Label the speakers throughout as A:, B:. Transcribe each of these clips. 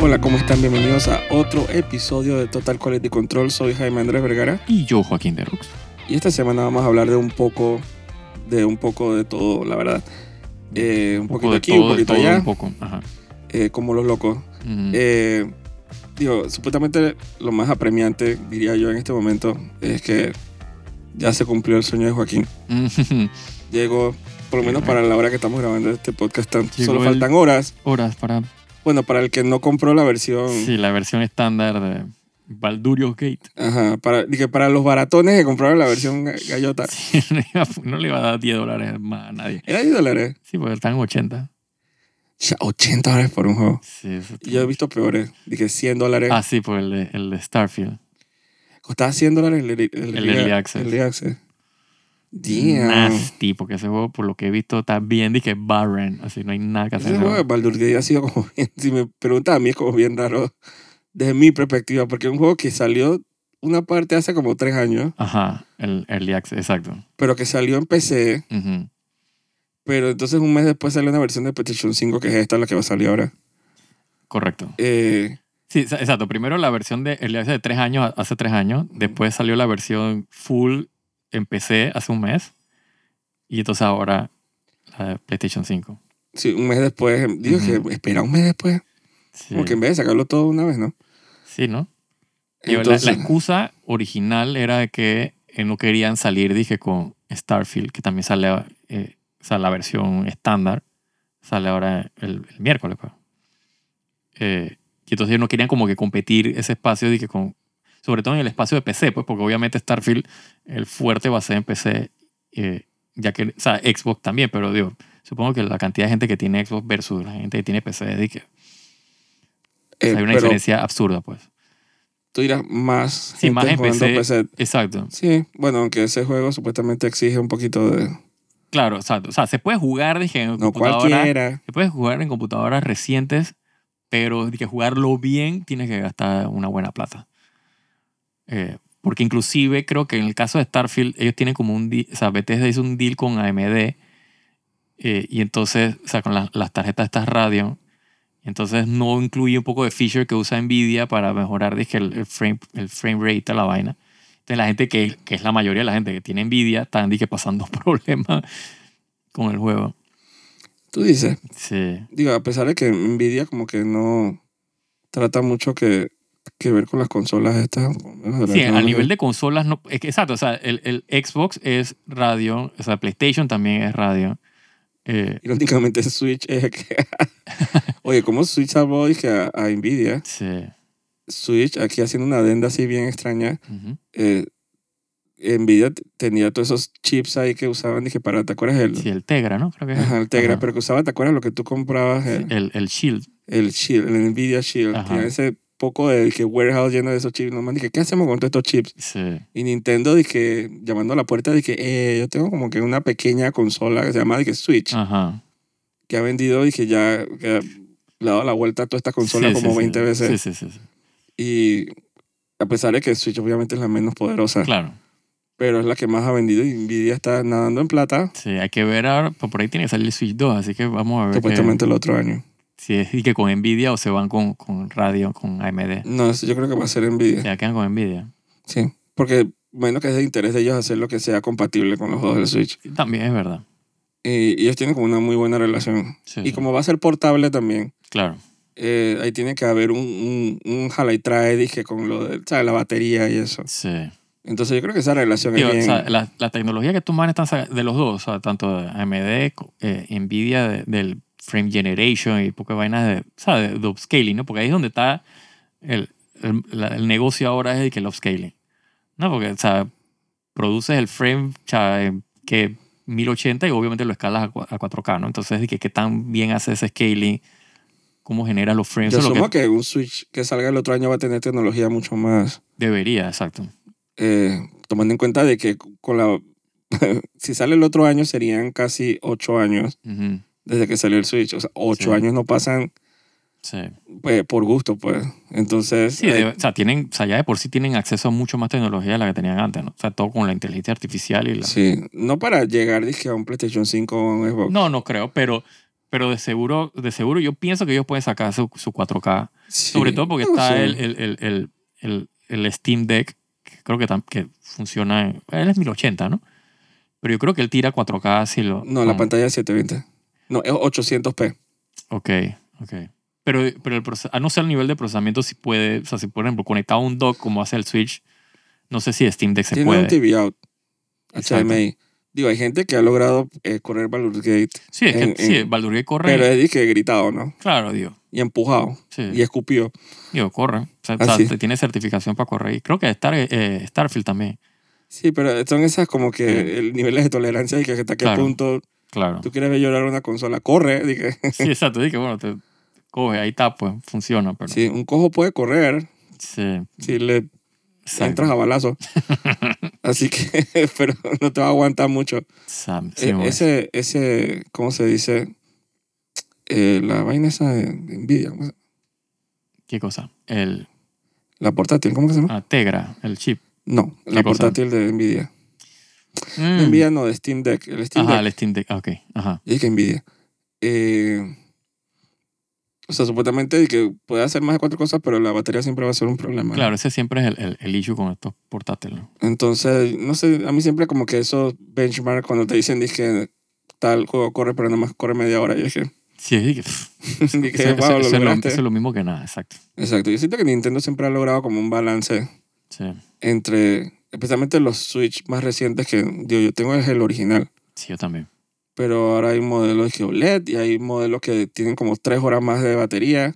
A: Hola, ¿cómo están? Bienvenidos a otro episodio de Total Quality Control. Soy Jaime Andrés Vergara
B: Y yo, Joaquín de Rux.
A: y esta semana vamos a hablar de un poco de un poco de todo, la verdad. Eh, un, poquito
B: de
A: aquí,
B: todo,
A: un
B: de
A: poquito
B: todo,
A: allá,
B: Un poco. Ajá.
A: eh, como los locos.
B: Mm,
A: Eh, digo, supuestamente lo más apremiante, diría yo en este momento, es que ya se cumplió el sueño de Joaquín. Eh.
B: mm,
A: Llegó, por lo menos para la hora que estamos grabando este podcast, tan-
B: Eh. Llegó
A: solo
B: el-
A: faltan horas.
B: Horas para.
A: Bueno, para el que no compró la versión,
B: Sí, la versión estándar de Baldurio's Gate.
A: ajá, para, dije, para los baratones que compraron la versión ga- gallota,
B: Sí, no, iba a- no le iba a dar 10 dólares más a nadie.
A: era 10 dólares.
B: Sí, porque están 80.
A: Ya, 80 dólares por un juego.
B: Sí, eso está-
A: Y Yo he visto peores. Dije 100 dólares.
B: Ah, sí, por el de, el de Starfield.
A: Costaba 100 dólares el, el,
B: El early access.
A: early access. Damn.
B: Nasty, porque ese juego, por lo que he visto, está bien. Dije barren. Así no hay nada que hacer.
A: Ese juego de Baldur's Gate ha sido como bien, si me preguntas a mí es como bien raro desde mi perspectiva, porque es un juego que salió una parte hace como tres años,
B: Ajá, el Early Access, exacto.
A: pero que salió en PC,
B: Ujú.
A: pero entonces un mes después salió una versión de PlayStation 5 que es esta la que va a salir ahora.
B: Correcto.
A: Eh,
B: Sí, sa- exacto. Primero la versión de Early Access de tres años, hace tres años. Después salió la versión full en PC hace un mes. Y entonces ahora la de PlayStation 5.
A: sí, un mes después, digo
B: Ujú.
A: que espera un mes después,
B: Sí,
A: como que en vez de sacarlo todo una vez, ¿no?
B: sí ¿no? Digo, la-
A: Entonces,
B: la, excusa original era de que eh, no querían salir, dije, con Starfield, que también sale, eh, o sea, la versión estándar, sale ahora el, el miércoles. pues. Eh, y entonces ellos no querían como que competir ese espacio, dije, con, sobre todo en el espacio de PC, pues, porque obviamente Starfield, el fuerte va a ser en PC, eh, ya que, o sea, Xbox también, pero digo, supongo que la cantidad de gente que tiene Xbox versus la gente que tiene PC, dije,
A: eh,
B: hay una
A: pero
B: diferencia absurda, pues.
A: tú dirás más gente
B: más en
A: jugando
B: PC.
A: PC.
B: Exacto.
A: Sí, bueno, aunque ese juego supuestamente exige un poquito de...
B: Claro, exacto. O sea, se puede jugar dije, en
A: No
B: computadoras.
A: cualquiera.
B: Se puede jugar en computadoras recientes, pero de que jugarlo bien tienes que gastar una buena plata. Eh, porque inclusive creo que en el caso de Starfield, ellos tienen como un deal, o sea, Bethesda hizo un deal con AMD eh, y entonces, o sea, con las- las tarjetas estas Radeon, entonces no incluye un poco de feature que usa Nvidia para mejorar dije, el, el frame, el frame rate a la vaina. Entonces la gente que, que es la mayoría de la gente que tiene Nvidia están dije, pasando problemas con el juego.
A: Tú dices.
B: Sí.
A: Digo, a pesar de que Nvidia como que no trata mucho que, que ver con las consolas estas.
B: Sí, a nivel de consolas, no, es que- exacto, o sea, el, el Xbox es radio, o sea, PlayStation también es radio. Eh,
A: Irónicamente Switch es el que... Oye, ¿cómo Switch salvó dije, a, a Nvidia?
B: sí.
A: Switch aquí haciendo una adenda así bien extraña.
B: Ujú.
A: eh, Nvidia t- tenía todos esos chips ahí que usaban, dije, para, ¿te acuerdas? El,
B: Sí, el Tegra, ¿no? Creo que es.
A: ajá, eh. el Tegra,
B: Ajá.
A: pero que usaba, ¿te acuerdas lo que tú comprabas? El,
B: El, el Shield.
A: el Shield, el Nvidia Shield.
B: Ajá.
A: Tenía ese poco de que warehouse lleno de esos chips. Nomás dije, ¿qué hacemos con todos estos chips?
B: Sí.
A: Y Nintendo dije, llamando a la puerta, dije, eh, yo tengo como que una pequeña consola que se llama dije, Switch,
B: Ajá.
A: que ha vendido, dije, ya que ha- le ha dado la vuelta a toda esta consola
B: Sí, sí,
A: como
B: sí.
A: 20 veces.
B: Sí, sí, sí, sí.
A: Y a pesar de que Switch obviamente es la menos poderosa,
B: Claro.
A: pero es la que más ha vendido y Nvidia está nadando en plata,
B: Sí, hay que ver ahora, pues, por ahí tiene que salir el Switch 2, así que vamos a ver. que-
A: supuestamente el otro año.
B: si es y que con Nvidia o se van con, con radio, con AMD.
A: No, eso yo creo que va a ser Nvidia.
B: Se quedan con Nvidia.
A: Sí, porque menos que es de interés de ellos hacer lo que sea compatible con los juegos del Switch.
B: Sí, También es verdad.
A: Y y ellos tienen como una muy buena relación.
B: Sí,
A: Y
B: sí.
A: como va a ser portable también,
B: Claro.
A: eh, ahí tiene que haber un, un, un jala y trae, dije, con lo de ¿sabes? la batería y eso.
B: Sí.
A: Entonces yo creo que esa relación
B: Digo,
A: es
B: o
A: bien...
B: sea, la, la tecnología que estos manes están saca- de los dos, o sea, tanto de AMD, co- eh, Nvidia, de- del frame generation y pocas vainas de, o sea, de, de upscaling, ¿no? Porque ahí es donde está el, el- la- el negocio ahora es el que el upscaling, ¿no? Porque, o sea, produces el frame o sea, en que 1080 y obviamente lo escalas a cua- a 4K, ¿no? Entonces, que, ¿qué tan bien hace ese scaling? ¿Cómo genera los frames?
A: yo
B: Eso es
A: asumo
B: lo que
A: que... un Switch que salga el otro año va a tener tecnología mucho más...
B: debería, exacto.
A: eh, tomando en cuenta de que con la... si sale el otro año serían casi ocho años
B: Ujú,
A: desde que salió el Switch. O sea, ocho
B: Sí.
A: años no pasan
B: Sí.
A: pues, por gusto, pues. Entonces...
B: Sí,
A: eh,
B: de- o sea, tienen, o sea, ya de por sí tienen acceso a mucho más tecnología de la que tenían antes, ¿no? O sea, todo con la inteligencia artificial y la...
A: sí. No para llegar, dije, a un PlayStation 5 o un Xbox.
B: No, no creo, pero, Pero de seguro, de seguro yo pienso que ellos pueden sacar su, su 4K.
A: Sí,
B: Sobre todo porque
A: no
B: está
A: sé.
B: el, el, el, el, el- el Steam Deck, que creo que, tam- que funciona en... Él es 1080, ¿no? Pero yo creo que él tira 4K si lo...
A: No, la
B: con-
A: pantalla es 720. No, es 800p.
B: Ok, ok. Pero, pero el proce- a no ser el nivel de procesamiento, si puede, o sea, si por ejemplo conectado a un dock como hace el Switch, no sé si Steam Deck se
A: Tiene un
B: puede.
A: TV out.
B: Exacto.
A: HDMI. Digo, hay gente que ha logrado eh, correr Baldur's Gate,
B: Sí, es que
A: en-
B: sí,
A: en-
B: Baldur's Gate corre.
A: pero es disque gritado, ¿no?
B: claro, digo.
A: Y empujado.
B: Sí,
A: Y Ah, escupió.
B: digo, corre. O sea, o sea,
A: Así.
B: te- tiene certificación para correr. Y creo que Star, eh, Starfield también.
A: Sí, pero son esas como que
B: Sí.
A: el niveles de tolerancia y que hasta qué
B: Claro.
A: punto
B: Claro.
A: tú quieres ver llorar una consola. Corre. Dije.
B: Sí, exacto. Dije, bueno, te coge, ahí está, pues funciona, pero. Sí,
A: Sí, un cojo puede correr si le
B: exacto.
A: entras a balazo. Así que, pero no te va a aguantar mucho.
B: Sam-
A: Eh,
B: sí, bueno.
A: ese, ese, ¿cómo se dice? Eh, la vaina esa de de Nvidia, ¿cómo se-
B: ¿Qué cosa? El
A: la portátil, ¿cómo que se llama?
B: ah, Tegra, el chip.
A: No, la
B: ¿Qué cosa?
A: portátil de Nvidia.
B: Mm.
A: De Nvidia no, de Steam Deck. El Steam
B: Ajá,
A: Deck.
B: el Steam Deck. Ah, Ok, ajá.
A: Dije que Nvidia. Eh, o sea, supuestamente de que puede hacer más de cuatro cosas, pero la batería siempre va a ser un problema. ¿no?
B: Claro, ese siempre es el, el, el issue con estos portátiles. ¿no?
A: Entonces, no sé, a mí siempre como que esos benchmarks cuando te dicen, dije, tal juego corre, pero nada más corre media hora. Yo dije,
B: Sí, es que, pff, eso,
A: dije
B: eso-
A: wow, lo
B: eso es lo,
A: lograste.
B: eso es lo mismo que nada, exacto.
A: Exacto. Yo siento que Nintendo siempre ha logrado como un balance
B: Sí,
A: entre, especialmente los Switch más recientes que digo, yo tengo es el original,
B: sí, yo también.
A: pero ahora hay modelos que OLED y hay modelos que tienen como tres horas más de batería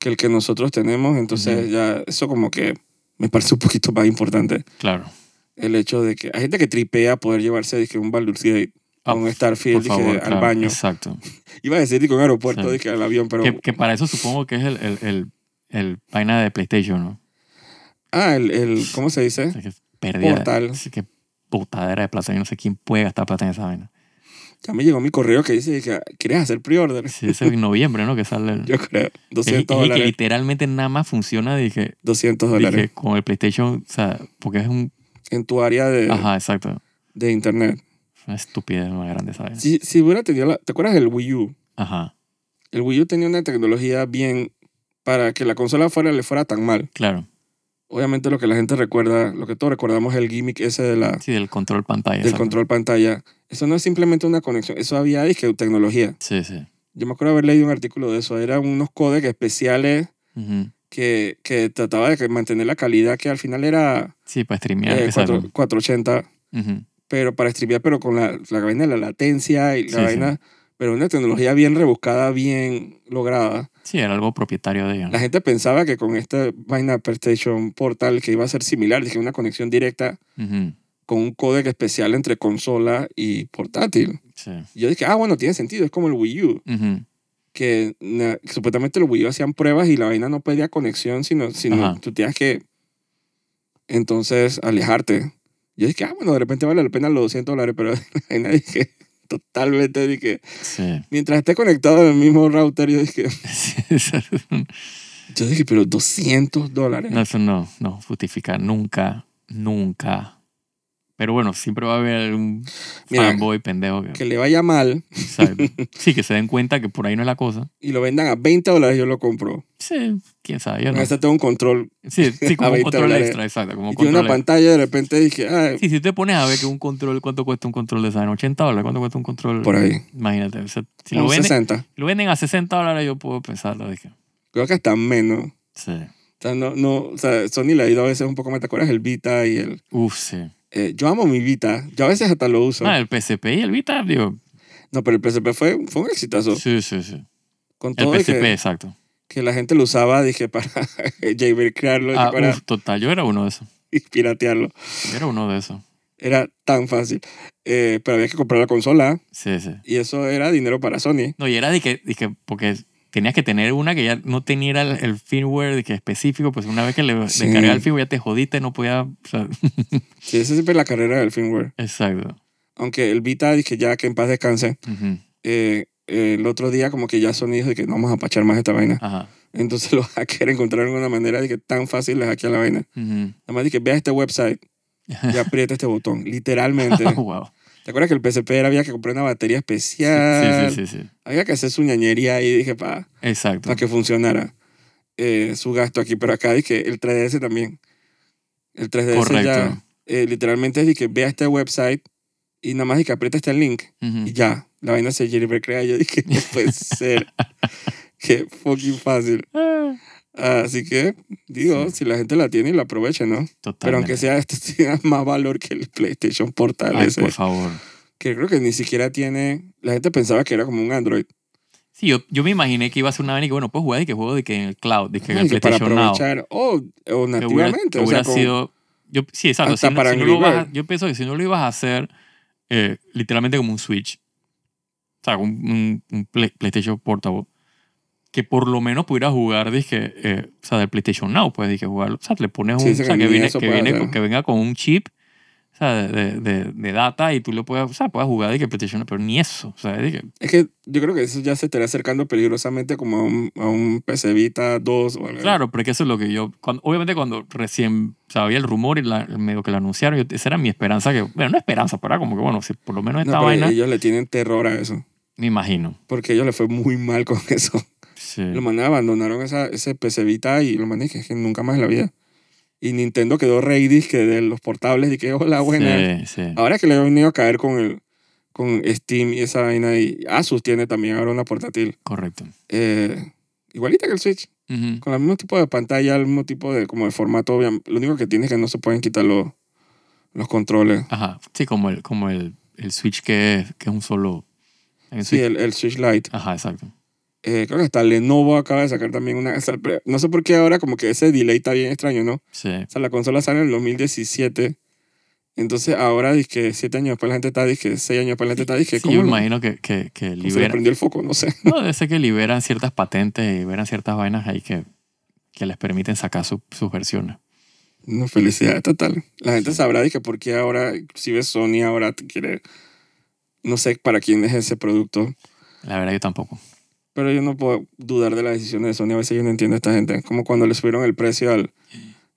A: que el que nosotros tenemos, entonces
B: Ujú.
A: ya eso como que me parece un poquito más importante
B: Claro.
A: el hecho de que hay gente que tripea poder llevarse dizque, un Baldur's Gate o
B: Ah,
A: un Starfield
B: Por
A: dizque,
B: favor,
A: al
B: claro,
A: baño.
B: Exacto.
A: Iba a decir que un aeropuerto
B: Sí.
A: dizque, al avión, pero
B: Que, que para eso supongo que es el, el, el, el vaina de PlayStation, ¿no?
A: ah, el, el ¿cómo se
B: O
A: dice?
B: sea, que es pérdida.
A: Portal.
B: Así que botadera de plata. Yo no sé quién puede gastar plata en esa vaina.
A: Ya me llegó mi correo que dice que quieres hacer pre-order.
B: Sí, ese es en noviembre, ¿no? Que sale el...
A: Yo creo,
B: Es- es
A: 200
B: que
A: dólares.
B: literalmente nada más funciona, dije,
A: 200 dólares
B: dije, con el PlayStation, o sea, porque es un...
A: en tu área de,
B: Ajá, Ah. exacto.
A: de internet.
B: Una estupidez más grande esa vaina.
A: Si, si hubiera tenido la- ¿Te acuerdas del Wii U?
B: Ajá,
A: El Wii U tenía una tecnología bien para que la consola fuera, le fuera tan mal.
B: claro.
A: Obviamente lo que la gente recuerda, lo que todos recordamos es el gimmick ese de la,
B: Sí, del control pantalla.
A: del
B: exacto.
A: control pantalla. Eso no es simplemente una conexión, eso había disque tecnología.
B: Sí, sí.
A: Yo me acuerdo haber leído un artículo de eso, eran unos códecs especiales
B: Ujú.
A: que, que trataba de que mantener la calidad que al final era
B: Sí, para streamear.
A: eh,
B: que
A: cuatro-
B: salga.
A: 480
B: Ujú.
A: pero para streamear, pero con la, la vaina de la latencia y la
B: Sí,
A: vaina, pero una tecnología bien rebuscada, bien lograda.
B: Sí, era algo propietario de ellos.
A: La gente pensaba que con esta vaina PlayStation Portal, que iba a ser similar, dije, una conexión directa
B: Ujú.
A: con un códec especial entre consola y portátil.
B: Sí.
A: Y yo dije, ah, bueno, tiene sentido, es como el Wii U,
B: Ujú.
A: que na- que supuestamente el Wii U hacían pruebas y la vaina no pedía conexión, sino, sino
B: Ajá.
A: tú tenías que, entonces, alejarte. Yo dije, ah, bueno, de repente vale la pena los 200 dólares, pero la vaina dije, totalmente, dije,
B: Sí.
A: mientras esté conectado en el mismo router, yo dije,
B: Sí.
A: yo dije pero 200 dólares.
B: no, eso no, no justifica nunca, nunca. Pero bueno, siempre va a haber un
A: Mira,
B: fanboy pendejo. que-
A: Que le vaya mal
B: exacto. Sí, que se den cuenta que por ahí no es la cosa.
A: y lo vendan a 20 dólares, yo lo compro.
B: Sí, quién sabe. yo no
A: Hasta tengo un control.
B: Sí, sí,
A: A
B: como un
A: 20
B: control
A: dólares.
B: extra, exacto. Como
A: Y tiene una
B: control extra.
A: pantalla, de repente dije, ah,
B: Sí, si te pones a ver que un control, ¿cuánto cuesta un control de esa? 80 dólares? ¿Cuánto cuesta un control?
A: por ahí,
B: Imagínate. o sea, si lo
A: un
B: venden,
A: 60.
B: lo venden a 60 dólares, yo puedo pensarlo. Dije.
A: Creo que hasta menos.
B: Sí.
A: O sea, no, no, o sea, Sony le ha ido a veces un poco más, ¿te acuerdas? El Vita y el...
B: Uf, sí.
A: eh, yo amo mi Vita, yo a veces hasta lo uso.
B: Ah, el PSP y el Vita, digo.
A: No, pero el PSP fue, fue un exitazo.
B: Sí, sí, sí.
A: Con
B: El
A: todo y
B: PSP,
A: que,
B: exacto.
A: que la gente lo usaba, dije, para jailbreakarlo y
B: Ah,
A: para
B: uf, total, yo era uno de esos.
A: piratearlo.
B: Yo era uno de esos.
A: Era tan fácil. Eh, pero había que comprar la consola
B: Sí, sí.
A: y eso era dinero para Sony.
B: No, y era de que, de que porque tenías que tener una que ya no tenía el, el firmware de que específico, pues una vez que le, le
A: Sí.
B: cargaba el firmware ya te jodiste, no podía... o sea,
A: Sí, esa es siempre la carrera del firmware.
B: exacto.
A: Aunque el Vita, dije, ya que en paz descanse,
B: Ujú.
A: eh, eh, el otro día como que ya Sony dijo de que no vamos a pachar más esta vaina.
B: Ajá.
A: Entonces los hackers encontraron una manera de que tan fácil les hackear la vaina.
B: Ujú.
A: Además dije, vea este website y aprieta este botón. Literalmente.
B: wow.
A: ¿Te acuerdas que el PSP era, había que comprar una batería especial?
B: Sí, sí, sí, sí.
A: Había que hacer su ñañería y dije, pa,
B: Exacto.
A: para que funcionara eh, su gasto aquí. Pero acá dije, el 3DS también. El 3DS
B: Correcto.
A: ya eh, literalmente es de que vea este website y nada más de que aprieta este link
B: Ujú.
A: y ya, la vaina se crea Yo dije, no puede ser. Qué fucking fácil.
B: Ah,
A: Así que, digo, si la gente la tiene, la aprovecha, ¿no? Pero aunque
B: Totalmente.
A: sea, esto tiene más valor que el PlayStation Portal
B: Ay,
A: ese,
B: por favor.
A: que creo que ni siquiera tiene... La gente pensaba que era como un Android.
B: Sí, yo, yo me imaginé que iba a ser una vaina y que, bueno, pues jugar de que juego de que en el cloud, de que en
A: Ay,
B: el
A: que para
B: PlayStation Now.
A: aprovechar, o, o
B: que hubiera,
A: nativamente,
B: que
A: o sea,
B: hubiera
A: con-
B: sido... Yo, sí, exacto.
A: hasta
B: Si no-
A: para
B: si no
A: Angry
B: lo vas a-
A: Bird.
B: yo pienso que si no lo ibas a hacer eh, literalmente como un Switch, o sea, un, un- un Play- PlayStation Portable, que por lo menos pudieras jugar, dije, eh, o sea, del PlayStation Now, pues dije, jugarlo. O sea, le pones
A: Sí,
B: un...
A: ese
B: o sea, que,
A: ni
B: viene,
A: eso
B: que,
A: puede
B: viene,
A: hacer.
B: con- que venga con un chip. O sea, de, de, de- de data y tú lo puedas, o sea, puedas jugar de que PlayStation, Now, pero ni eso, o sea, de que
A: Es que yo creo que eso ya se estaría acercando peligrosamente como a un, a un PC Vita 2 o algo.
B: Eh, Claro, porque eso es lo que yo. cuando- obviamente, cuando recién sabía el rumor y la- medio que lo anunciaron, yo- esa era mi esperanza. que Bueno, no esperanza, pero era como que, bueno, si por lo menos
A: No,
B: esta
A: pero
B: vaina.
A: ellos le tienen terror a eso,
B: Me imagino.
A: porque a ellos le fue muy mal con eso.
B: Sí.
A: Los manes abandonaron esa, ese PC Vita y los manes que, que nunca más en la vida. Y Nintendo quedó rey disque de los portables y que hola, buena.
B: Sí, sí.
A: Ahora que le ha venido a caer con el con Steam y esa vaina y Asus tiene también ahora una portátil.
B: Correcto.
A: eh, igualita que el Switch,
B: Ujú.
A: con el mismo tipo de pantalla, el mismo tipo de como de formato. obvia- Lo único que tiene es que no se pueden quitar los, los controles.
B: Ajá. Sí, como el, como el, el Switch que es, que es un solo. el
A: Sí,
B: Switch-
A: el, el Switch Lite.
B: Ajá, exacto.
A: Eh, creo que hasta Lenovo acaba de sacar también una... o sea, pero No sé por qué ahora como que ese delay está bien extraño, ¿no?
B: Sí.
A: O sea, la consola sale en el 2017. Entonces ahora, dizque siete años después la gente está, dizque seis años después la gente está, dizque...
B: Sí, yo me
A: ¿cómo no?
B: imagino que, que, que
A: ¿Cómo se le
B: liberan.
A: prendió el foco? No sé.
B: No, debe ser que liberan ciertas patentes y liberan ciertas vainas ahí que, que les permiten sacar su- sus versiones.
A: No, felicidad total. La gente
B: Sí.
A: sabrá, dizque, por qué ahora, inclusive Sony ahora quiere... No sé para quién es ese producto.
B: La verdad, yo tampoco.
A: Pero yo no puedo dudar de las decisiones de Sony. A veces yo no entiendo a esta gente. Como cuando le subieron el precio al,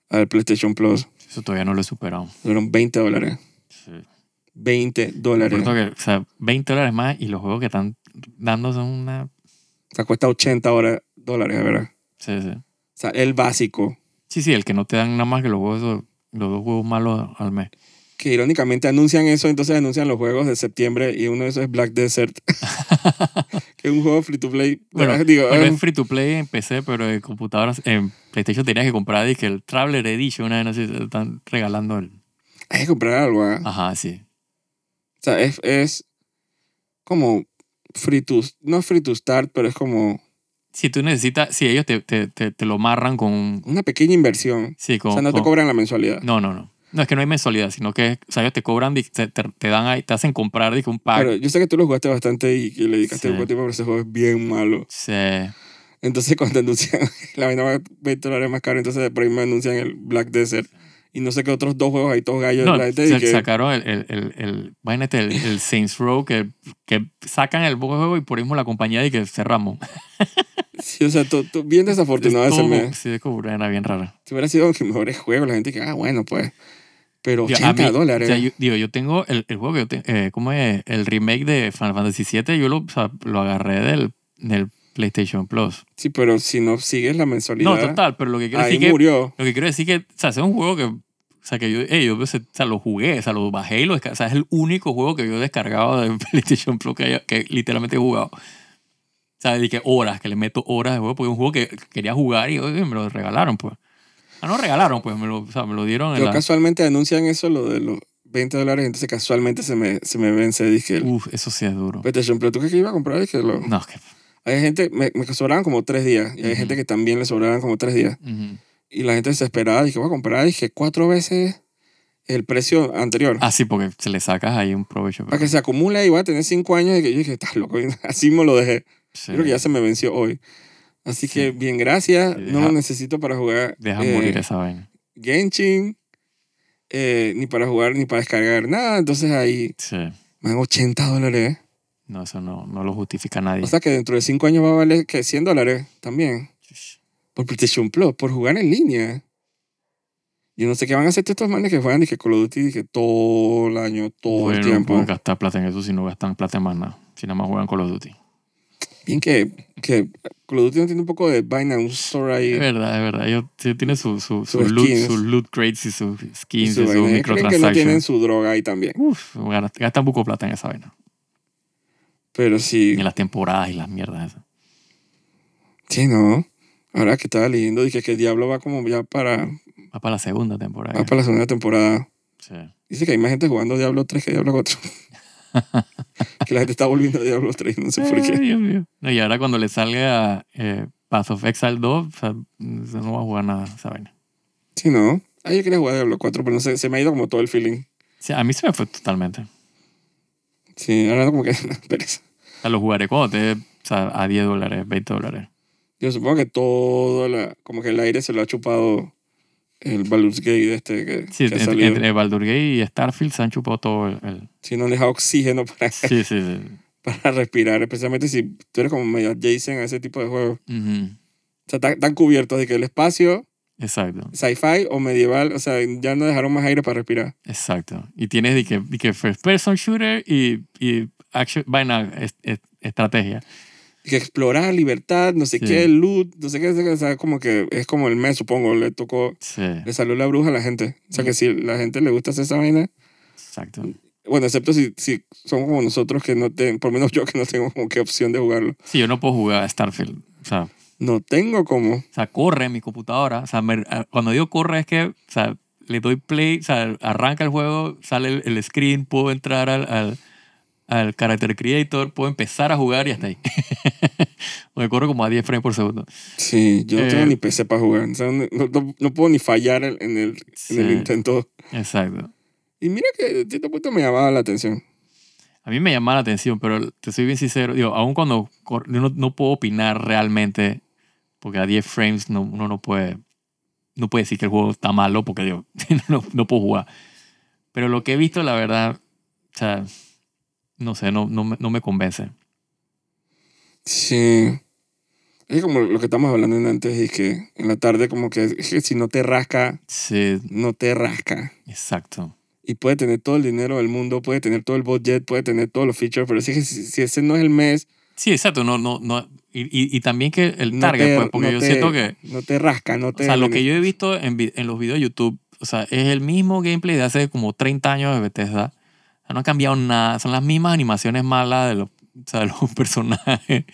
A: al PlayStation Plus.
B: Eso todavía no lo he superado.
A: Fueron 20 dólares.
B: Sí.
A: 20
B: Por
A: dólares.
B: cierto que, o sea, 20 dólares más y los juegos que están dando son una...
A: O sea, cuesta 80 hora- dólares, ¿verdad? O
B: Sí, sí.
A: sea, el básico.
B: Sí, sí, el que no te dan nada más que los juegos, esos- los dos juegos malos al mes.
A: Que irónicamente anuncian eso, entonces anuncian los juegos de septiembre y uno de esos es Black Desert. que es un juego free to play.
B: Bueno,
A: Digo,
B: Bueno,
A: ah,
B: es free to play en PC, pero en computadoras, en PlayStation tenías que comprar dije, el Traveler Edition, una vez así, te están regalando el...
A: hay que comprar algo. ¿ah?
B: Ajá, sí.
A: O sea, es, es como free to... No free to start, pero es como
B: Si tú necesitas, si ellos te, te, te, te lo marran con... un-
A: una pequeña inversión.
B: Sí, con...
A: O sea, no te
B: con-
A: cobran la mensualidad.
B: no, no, no. No, es que no hay mensualidad, sino que o sea, ellos te cobran, dije, te, te- te dan ahí, te hacen comprar dije, un pack.
A: Pero yo sé que tú lo jugaste bastante y que le dedicaste
B: ah. Sí.
A: poco tiempo, pero ese juego es bien malo.
B: Sí.
A: Entonces cuando anuncian la vaina va a 20 dólares más caro, entonces por ahí me anuncian el Black Desert. Y no sé qué otros dos juegos ahí, todos gallos.
B: No,
A: la gente
B: sa-
A: dice que
B: sacaron el, el, el, el- imagínate, el, el Saints Row que, que sacan el juego y por mismo la compañía y que cerramos.
A: Sí, o sea, tú, tú- bien desafortunado
B: Es
A: ese
B: todo-
A: mes.
B: sí, es como una vaina bien rara.
A: Si hubiera sido que mejores juegos, la gente que, ah, bueno, pues. Pero
B: Digo,
A: 80
B: a mí-
A: dólares.
B: o sea, yo, digo, yo tengo el, el juego que yo tengo, ¿cómo es? El remake de Final Fantasy VII, yo lo, o sea, lo agarré del, del PlayStation Plus.
A: Sí, pero si no sigues la
B: No,
A: mensualidad,
B: total, pero lo que quiero
A: ahí
B: decir que, lo
A: murió.
B: que quiero decir que, o sea, es un juego que, o sea, que yo, eh, yo, o sea, lo jugué, o sea, lo bajé y lo descargué. O sea, es el único juego que yo he descargado de PlayStation Plus que, haya- que literalmente he jugado. O sea, de que horas, que le meto horas de juego, porque es un juego que quería jugar y oye, me lo regalaron, pues. Ah, no regalaron, pues, me lo, o sea, me lo dieron en
A: Yo
B: la...
A: casualmente anuncian eso, lo de los 20 dólares, entonces casualmente se me, se me vence, dije, el
B: Uf, eso sí es duro.
A: PlayStation Plus. ¿Tú crees que iba a comprar? Dije, lo...
B: No, es que...
A: Hay gente, me, me sobraban como tres días, y hay
B: Ujú.
A: gente que también le sobraban como tres días.
B: ujú.
A: Y la gente desesperada, dije, voy a comprar, dije, cuatro veces el precio anterior.
B: Ah, sí, porque se le sacas ahí un provecho. pero-
A: Para que se acumule y voy a tener cinco años. Y que yo dije, estás loco. y así me lo dejé.
B: sí.
A: Yo Creo que ya se me venció hoy. Así
B: Sí.
A: que bien, gracias.
B: Sí,
A: no
B: deja-
A: lo necesito para jugar
B: Deja
A: eh,
B: morir esa vaina.
A: Genshin, eh, ni para jugar, ni para descargar, nada. Entonces ahí
B: Sí.
A: me dan 80 dólares. ¿eh?
B: No, eso no, no lo justifica nadie.
A: O sea que dentro de cinco años va a valer que 100 dólares también. Por PlayStation Plus, por jugar en línea. Yo no sé qué van a hacer todos estos manes que juegan y que Call of Duty dije, todo el año, todo
B: Bueno,
A: el
B: no
A: tiempo.
B: pueden gastar plata en eso si no gastan plata en más nada. Si nada más juegan Call of Duty.
A: Bien que, que Call of Duty no tiene un poco de vaina, un store
B: Es
A: ahí.
B: verdad, es verdad. Ellos sí tienen sus su, su
A: Sus
B: loot,
A: skins.
B: sus loot crates y sus skins
A: su
B: y sus
A: vaina. Yo creo que no tienen
B: microtransactions.
A: su droga ahí también.
B: Uf, gana- gastan poco plata en esa vaina.
A: Pero sí,
B: Y en las temporadas y las mierdas esas.
A: sí, no. Ahora que estaba leyendo, dije que el Diablo va como ya para,
B: Va para la segunda temporada.
A: va para la segunda temporada.
B: Sí.
A: Dice que hay más gente jugando Diablo 3 que Diablo 4. que la gente está volviendo a Diablo 3, no sé por
B: Ay,
A: qué.
B: Eh, Dios mío. No, y ahora cuando le salga eh, Path of Exile 2, o sea, no va a jugar nada esa vaina.
A: Sí, no. Ah, yo quería jugar Diablo 4, pero no sé, se me ha ido como todo el feeling.
B: O sea, a mí se me fue totalmente.
A: Sí, ahora como que, pereza.
B: O sea, lo jugaré cuando te, o sea, a 10 dólares, 20 dólares.
A: Yo supongo que todo, la, como que el aire se lo ha chupado el Baldur's Gate de este que,
B: Sí,
A: que ha
B: entre,
A: salido.
B: entre Baldur's Gate y Starfield se han chupado todo el... el-
A: Si no le deja oxígeno para,
B: Sí, sí, sí.
A: para respirar, especialmente si tú eres como medio adjacent a ese tipo de juegos.
B: Ujú.
A: O sea, están, están cubiertos de que el espacio,
B: Exacto,
A: sci-fi o medieval, o sea, ya no dejaron más aire para respirar.
B: exacto. Y tienes de que, de que first person shooter y, y action, vaina, es- es- estrategia.
A: Y que explorar, libertad, no sé
B: Sí.
A: qué, loot, no sé qué, no sé qué, o sea, como que es como el mes, supongo, le tocó,
B: Sí,
A: le salió la bruja a la gente. O sea, que si la gente le gusta hacer esa vaina,
B: exacto.
A: Bueno, excepto si, si son como nosotros que no tengo, por lo menos yo que no tengo como qué opción de jugarlo.
B: Sí, yo no puedo jugar a Starfield. O sea, o
A: No tengo como.
B: sea, corre en mi computadora. O sea, me- a- cuando digo corre es que, o sea, le doy play, o sea, arranca el juego, sale el, el screen, puedo entrar al, al, al character creator, puedo empezar a jugar y hasta ahí. Porque corre como a 10 frames por segundo.
A: Sí, yo no
B: Eh.
A: tengo ni PC para jugar. O sea, no, no- no puedo ni fallar en, en el, en el
B: Sí.
A: intento.
B: Exacto.
A: Y mira que de cierto punto me llamaba la atención.
B: A mí me llamaba la atención, pero te soy bien sincero, digo, aun cuando cor- yo no, no puedo opinar realmente, porque a 10 frames no, uno no puede, no puede decir que el juego está malo, porque digo, no, no puedo jugar. Pero lo que he visto, la verdad, o sea, no sé, no, no, me- no me convence.
A: Sí. Es como lo que estamos hablando en antes y que en la tarde como que, es que si no te rasca,
B: Sí,
A: no te rasca.
B: exacto.
A: Y puede tener todo el dinero del mundo, puede tener todo el budget, puede tener todos los features, pero si, si, si ese no es el mes,
B: Sí, exacto, no, no, no. Y, y- y también que el
A: no
B: target,
A: te-
B: pues, porque
A: no
B: yo
A: te-
B: siento que
A: no te rasca, no
B: O
A: te...
B: sea, lo que yo he visto en, vi- en los videos de YouTube, o sea, es el mismo gameplay de hace como 30 años de Bethesda. O sea, no han cambiado nada. Son las mismas animaciones malas de los, o sea, de los personajes.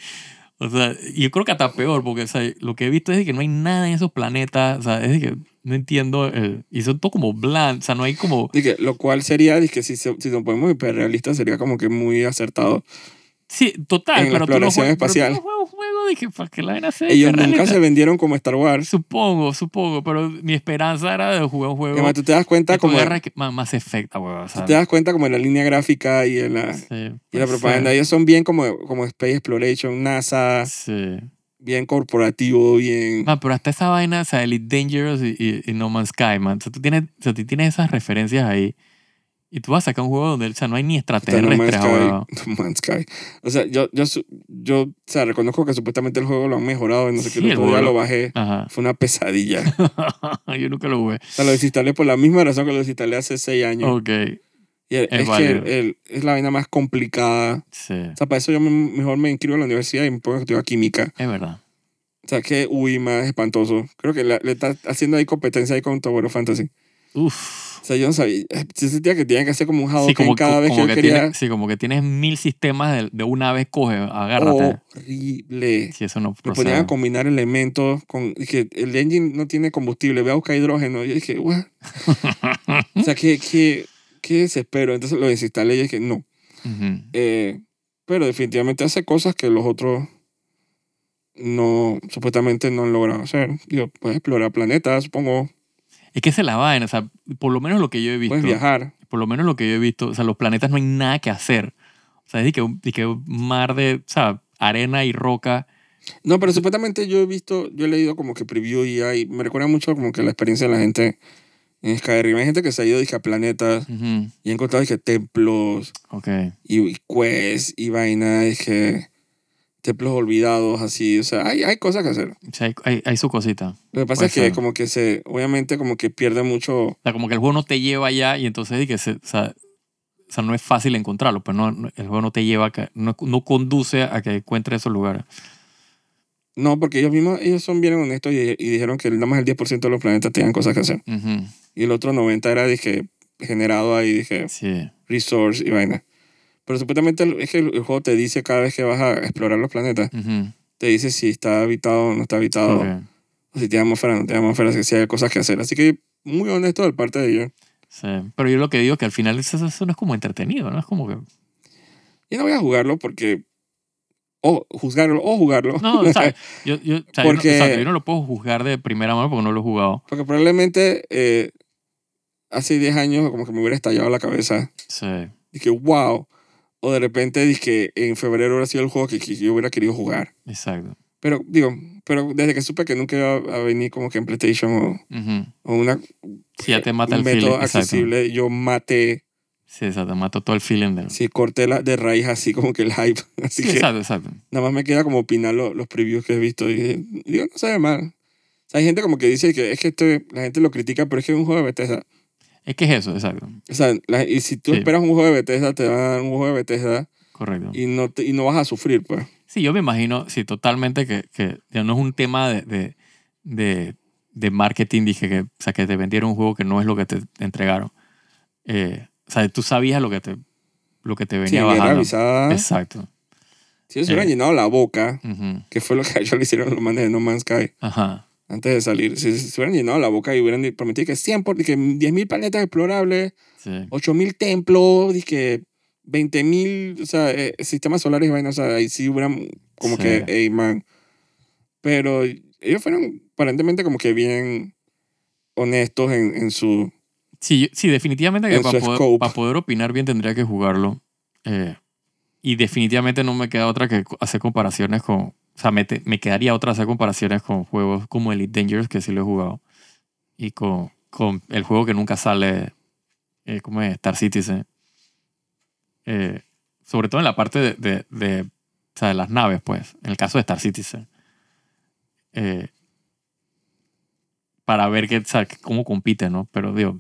B: O sea, y yo creo que hasta peor, porque o sea, lo que he visto es de que no hay nada en esos planetas. O sea, es de que no entiendo. el- y son todo como bland. O sea, no hay como.
A: Dije, lo cual sería, dije, si, se- si nos ponemos hiperrealistas, sería como que muy acertado.
B: Sí, total.
A: En la
B: pero tú no
A: exploración
B: juegas- pero tú
A: espacial.
B: no juegas un juego de que para que la vaina sea
A: Ellos nunca
B: hiperrealista.
A: se vendieron como Star Wars.
B: Supongo, supongo. Pero mi esperanza era de jugar un juego.
A: Además, tú te das cuenta
B: que
A: como...
B: tuviera que- más, más efecta, huevón, o sea.
A: tú te das cuenta como en la línea gráfica y en la,
B: Pues Sí,
A: y en la
B: puede
A: propaganda. Ellos son bien como, como Space Exploration, NASA,
B: ser. Sí.
A: bien corporativo, bien...
B: Man, pero hasta esa vaina, o sea, Elite Dangerous y, y- y No Man's Sky, man. O sea, tú tienes, o sea, tú tienes esas referencias ahí. Y tú vas a sacar un juego donde, o sea, no hay ni
A: Está No Man's
B: extraterrestres, huevón.
A: Sky. No Man's Sky. O sea, yo, yo, su- yo o sea, reconozco que supuestamente el juego lo han mejorado. y No sé
B: Sí,
A: qué, el
B: el
A: otro día
B: juego-
A: lo bajé.
B: Ajá.
A: Fue una pesadilla.
B: Yo nunca lo jugué.
A: o sea, lo desinstalé por la misma razón que lo desinstalé hace seis años.
B: Ok.
A: Y el-
B: Oh,
A: es,
B: Es
A: que
B: válido.
A: el- el- es la vaina más complicada.
B: Sí.
A: O sea, para eso yo me- mejor me inscribo a la universidad y me pongo a estudiar química.
B: Es verdad.
A: O sea, que uy, más espantoso. Creo que la- le está haciendo ahí competencia ahí con Tower of Fantasy.
B: Uf.
A: O sea, yo no sabía. Yo sentía que tenían que hacer como un Hadouken
B: Sí como,
A: Ah, cada vez
B: como
A: que yo
B: que
A: quería.
B: tienes, sí, como que tienes mil sistemas de, de una vez coge, agárrate.
A: Horrible.
B: Si eso no
A: Me ponían
B: procede.
A: a combinar elementos con... Dije, el engine no tiene combustible, voy a buscar hidrógeno. Yo dije, what? o sea, que qué, qué desespero? Entonces lo desinstalé y dije, no.
B: Ujú.
A: Eh, pero definitivamente hace cosas que los otros no, supuestamente no han logrado hacer. Digo, puedes explorar planetas, supongo,
B: Es que se la vaina, o sea, por lo menos lo que yo he visto.
A: puedes viajar.
B: por lo menos lo que yo he visto, o sea, los planetas no hay nada que hacer. O sea, es de que, de que un mar de, o sea, arena y roca.
A: No, pero supuestamente yo he visto, yo he leído como que preview y hay, me recuerda mucho como que la experiencia de la gente en Skyrim. Hay gente que se ha ido dije, a planetas
B: Ujú,
A: y ha encontrado dije, templos
B: Ok.
A: pues, y, y quests y vainas que, templos olvidados, así, o sea, hay, hay cosas que hacer.
B: O sea, hay, hay- hay su cosita. O
A: Lo que pasa
B: Puede
A: es que
B: ser.
A: como que se, obviamente como que pierde mucho,
B: sea, como que el juego no te lleva allá y entonces di que se- o, sea, o sea, no es fácil encontrarlo, pues no, no- el juego no te lleva, a que- no, no conduce a que encuentres esos lugares.
A: no, porque ellos mismos, ellos son bien honestos y, y dijeron que nada más el 10% de los planetas tenían cosas que hacer.
B: Ujú,
A: Y el otro 90 era, dije, generado ahí, dije,
B: Sí.
A: resource y vaina. Pero supuestamente el- es que el, el juego te dice cada vez que vas a explorar los planetas,
B: ujú,
A: te dice si está habitado o no está habitado,
B: ok.
A: o si tiene atmósfera o no tiene atmósfera, si- si hay cosas que hacer. Así que muy honesto de parte de ellos.
B: Sí, pero yo lo que digo es que al final eso, eso no es como entretenido, ¿no? Es como que...
A: Y no voy a jugarlo porque, o juzgarlo, o jugarlo.
B: No, o sea, yo, yo, o sea, yo no-
A: Porque-
B: exacto, yo no lo puedo juzgar de primera mano porque no lo he jugado.
A: Porque probablemente eh, hace 10 años como que me hubiera estallado la cabeza.
B: Sí,
A: Dije, wow. O de repente dije, en febrero hubiera sido el juego que, que yo hubiera querido jugar.
B: exacto.
A: Pero digo, pero desde que supe que nunca iba a venir como que en PlayStation
B: Ujú.
A: o, o una,
B: Sí, ya te mata
A: un
B: el feeling.
A: método
B: Exacto.
A: Eh, accesible, yo maté,
B: Sí, exacto, te mata todo el feeling del...
A: sí, corté la, de raíz así como que el hype. Así
B: Sí,
A: que
B: exacto, exacto.
A: nada más me queda como opinar lo- los previews que he visto. Y digo, no sabe mal. O sea, hay gente como que dice que es que esto, la gente lo critica, pero es que es un juego de Bethesda.
B: Es que es eso, exacto.
A: O sea, la- y si tú
B: Sí.
A: esperas un juego de Bethesda, te van a dar un juego de Bethesda
B: Correcto.
A: y no, te- y no vas a sufrir, pues.
B: Sí, yo me imagino, sí, totalmente que, que ya no es un tema de, de, de, de marketing, dije que, o sea, que te vendieron un juego que no es lo que te entregaron. Eh, o sea, tú sabías lo que te, lo que te
A: Si
B: venía
A: era
B: bajando.
A: avisada,
B: Exacto.
A: si ellos se hubieran
B: Eh.
A: llenado la boca,
B: Ujú.
A: que fue lo que ellos le hicieron a los manes de No Man's Sky
B: Ajá.
A: antes de salir, si se hubieran llenado la boca y hubieran di- prometido que 100 por, que 10.000 planetas explorables,
B: Sí.
A: 8.000 templos, y que 20.000 o sea, eh, sistemas solares y vainas, o sea, ahí sí hubieran como
B: Sí.
A: que, hey, man. Pero ellos fueron aparentemente como que bien honestos en, en su...
B: Sí, yo- sí, definitivamente que
A: En
B: para
A: su
B: poder,
A: scope.
B: para poder opinar bien tendría que jugarlo. Eh, y definitivamente no me queda otra que co- hacer comparaciones con... O sea, me, te- me quedaría otra hacer comparaciones con juegos como Elite Dangerous, que sí lo he jugado. Y con, con el juego que nunca sale, eh, ¿cómo es? Star Citizen. Eh, sobre todo en la parte de, de- de- o sea, de las naves, pues. En el caso de Star Citizen. Eh, para ver que, o sea, cómo compite, ¿no? Pero digo,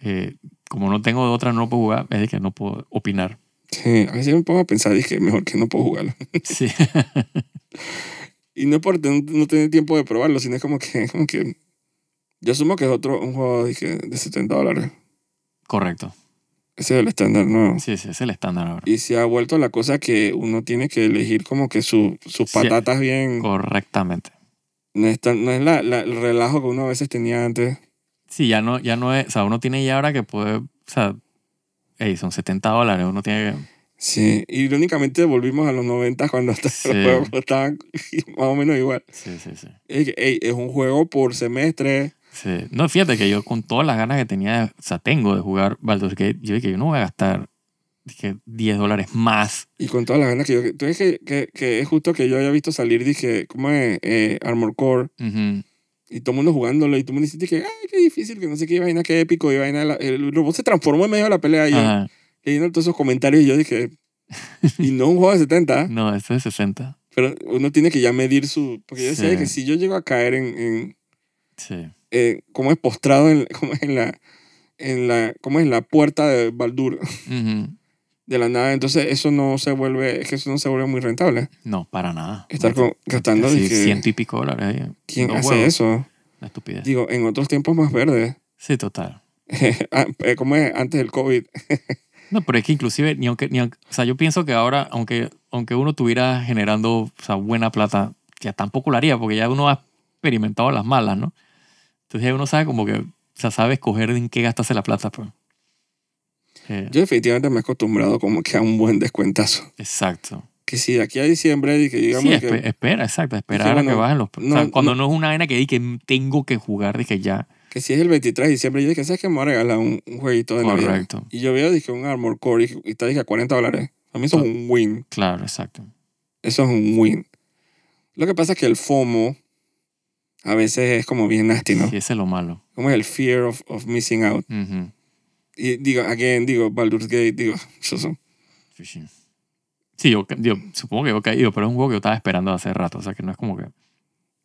B: eh, como no tengo otra, no puedo jugar, es de que no puedo opinar.
A: Sí, a veces me pongo a pensar, dije, mejor que no puedo jugarlo.
B: Sí,
A: Y no es por ten- no tener tiempo de probarlo, sino es como que, como que... Yo asumo que es otro, un juego dije, de 70 dólares.
B: correcto.
A: Ese es el estándar, ¿no?
B: Sí, sí, es el estándar ahora.
A: Y se ha vuelto la cosa que uno tiene que elegir como que su- sus
B: Sí.
A: patatas bien...
B: Correctamente.
A: No es, tan- no es la, la- el relajo que uno a veces tenía antes.
B: Sí, ya no, ya no es, o sea, uno tiene ya ahora que puede, o sea, ey, son 70 dólares, uno tiene que,
A: Sí, irónicamente volvimos a los 90 cuando hasta
B: Sí.
A: los juegos estaban más o menos igual.
B: sí, sí, sí.
A: Es, que, ey, es un juego por semestre.
B: Sí. No, fíjate que yo con todas las ganas que tenía, de- o sea, tengo de jugar Baldur's Gate, yo dije, yo no voy a gastar dije, 10 dólares más.
A: Y con todas las ganas que yo... Tú ves que, que, que es justo que yo haya visto salir, dije, ¿cómo es? Eh, Armor Core.
B: Ujú.
A: Y todo el mundo jugándolo. Y tú me dijiste que, ay, qué difícil, que no sé qué vaina, qué épico. Y vaina, la- el robot se transformó en medio de la pelea. Y yo,
B: Ajá.
A: leyendo todos esos comentarios, y yo dije, y no un juego de 70.
B: No, este es 60.
A: Pero uno tiene que ya medir su... Porque yo decía
B: Sí.
A: que si yo llego a caer en... en
B: Sí.
A: eh, como es postrado en, como es en la... En la, como en la puerta de Baldur
B: Ujú.
A: de la nave, entonces eso no se vuelve, es que eso no se vuelve muy rentable.
B: No, para nada.
A: Estar con- gastando
B: Casi
A: de que-
B: ciento y pico dólares ahí.
A: ¿Quién
B: Dos
A: hace
B: huevos.
A: eso?
B: Una estupidez.
A: Digo, en otros tiempos más verdes,
B: Sí, total.
A: Ah, eh, como es antes del COVID,
B: No, pero es que inclusive, ni aunque, ni aunque- o sea, yo pienso que ahora, aunque, aunque uno estuviera generando o sea, buena plata, ya tampoco lo haría, porque ya uno ha experimentado las malas, ¿no? Entonces ya uno sabe como que, o sea, sabe escoger en qué gastarse la plata. Pues. Eh,
A: yo definitivamente me he acostumbrado como que a un buen descuentazo.
B: exacto.
A: Que si de aquí a diciembre y que digamos
B: Sí,
A: que...
B: espe- espera, exacto, espera
A: Dije,
B: a que
A: bueno,
B: bajen los... o sea,
A: no-
B: cuando no, es una vaina que di que tengo que jugar, dije ya,
A: que si es el 23 de diciembre, yo dije, ¿sabes qué? Me voy a regalar un, un jueguito de Navidad.
B: correcto.
A: Y yo veo, dije, un Armor Core y, y está, dije, a 40 dólares. A mí eso es
B: Ah.
A: un win.
B: Claro, exacto.
A: Eso es un win. Lo que pasa es que el FOMO a veces es como bien nasty, ¿no?
B: Sí, ese es lo malo.
A: Como es el fear of, of missing out.
B: Ujú.
A: Y digo, again, digo, Baldur's Gate, digo, yo so-
B: Sí, sí. Sí, yo, yo supongo que yo he caído, pero es un juego que yo estaba esperando hace rato, o sea que no es como que...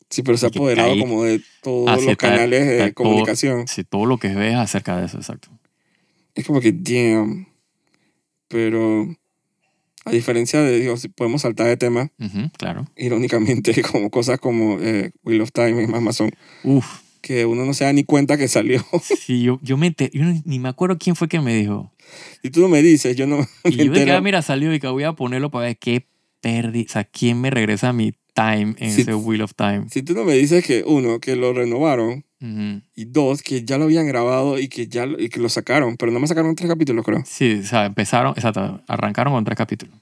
A: Sí, pero se ha
B: Que
A: apoderado
B: caí.
A: como de todos
B: Ah, sí,
A: los
B: está-
A: canales de
B: está todo-
A: comunicación.
B: Si todo lo que ves acerca de eso, exacto.
A: Es como que, damn. Pero a diferencia de, digo, si podemos saltar de tema,
B: Ujú, claro.
A: irónicamente, como cosas como eh, Wheel of Time en Amazon,
B: Uf,
A: que uno no se da ni cuenta que salió.
B: sí, yo, yo me enter- yo no- ni me acuerdo quién fue que me dijo.
A: Y tú no me dices, yo no me
B: Y yo dije,
A: entero.
B: ah, mira, salió y que voy a ponerlo para ver qué perdí. O sea, ¿quién me regresa mi time en
A: Sí.
B: ese Wheel of Time?
A: Si tú no me dices que, uno, que lo renovaron,
B: Ujú.
A: y dos, que ya lo habían grabado y que ya lo- y que lo sacaron, pero nada más sacaron tres capítulos, creo.
B: Sí, o sea, empezaron, exacto, arrancaron con tres capítulos.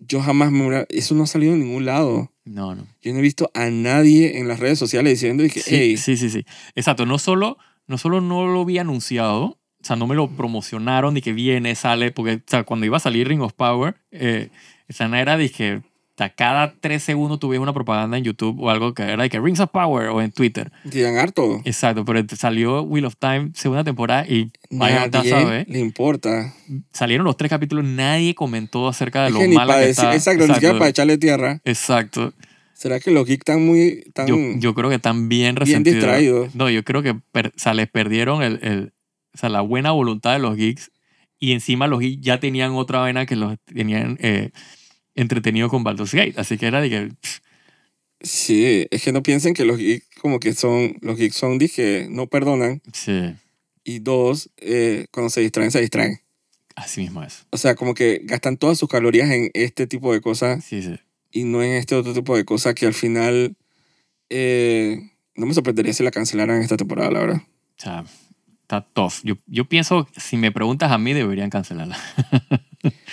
A: Yo jamás me hubiera- Eso no ha salido en ningún lado.
B: No, no.
A: Yo no he visto a nadie en las redes sociales diciendo y que,
B: Sí,
A: "Ey,
B: sí, sí, sí. Exacto, no solo, no solo no lo había anunciado, o sea, no me lo promocionaron de que viene, sale, porque o sea, cuando iba a salir Ring of Power, eh, esa no era de que o sea, cada tres segundos tuviera una propaganda en YouTube o algo que era de que Rings of Power o en Twitter.
A: digan harto.
B: Exacto, pero salió Wheel of Time segunda temporada y vaya, ya
A: Nadie
B: sabe, ¿eh?
A: le importa.
B: salieron los tres capítulos, nadie comentó acerca de
A: Es
B: lo
A: que ni
B: mala
A: para
B: que
A: decir,
B: está.
A: exacto, ni siquiera para echarle tierra.
B: exacto.
A: ¿Será que los geeks están muy, tan
B: yo, yo creo que están bien
A: bien
B: resentidos.
A: distraídos?
B: No, yo creo que per- o sea, les perdieron el, el- o sea, la buena voluntad de los geeks y encima los geeks ya tenían otra vaina que los tenían eh, entretenido con Baldur's Gate. Así que era de que pff,
A: Sí, es que no piensen que los geeks como que son, los geeks son, dije, no perdonan.
B: sí,
A: Y dos, eh, cuando se distraen, se distraen.
B: así mismo es.
A: O sea, como que gastan todas sus calorías en este tipo de cosas
B: Sí, sí.
A: y no en este otro tipo de cosas que al final eh, no me sorprendería si la cancelaran esta temporada, la verdad.
B: O sea, está tough. Yo, yo pienso, si me preguntas a mí, deberían cancelarla.
A: Pero te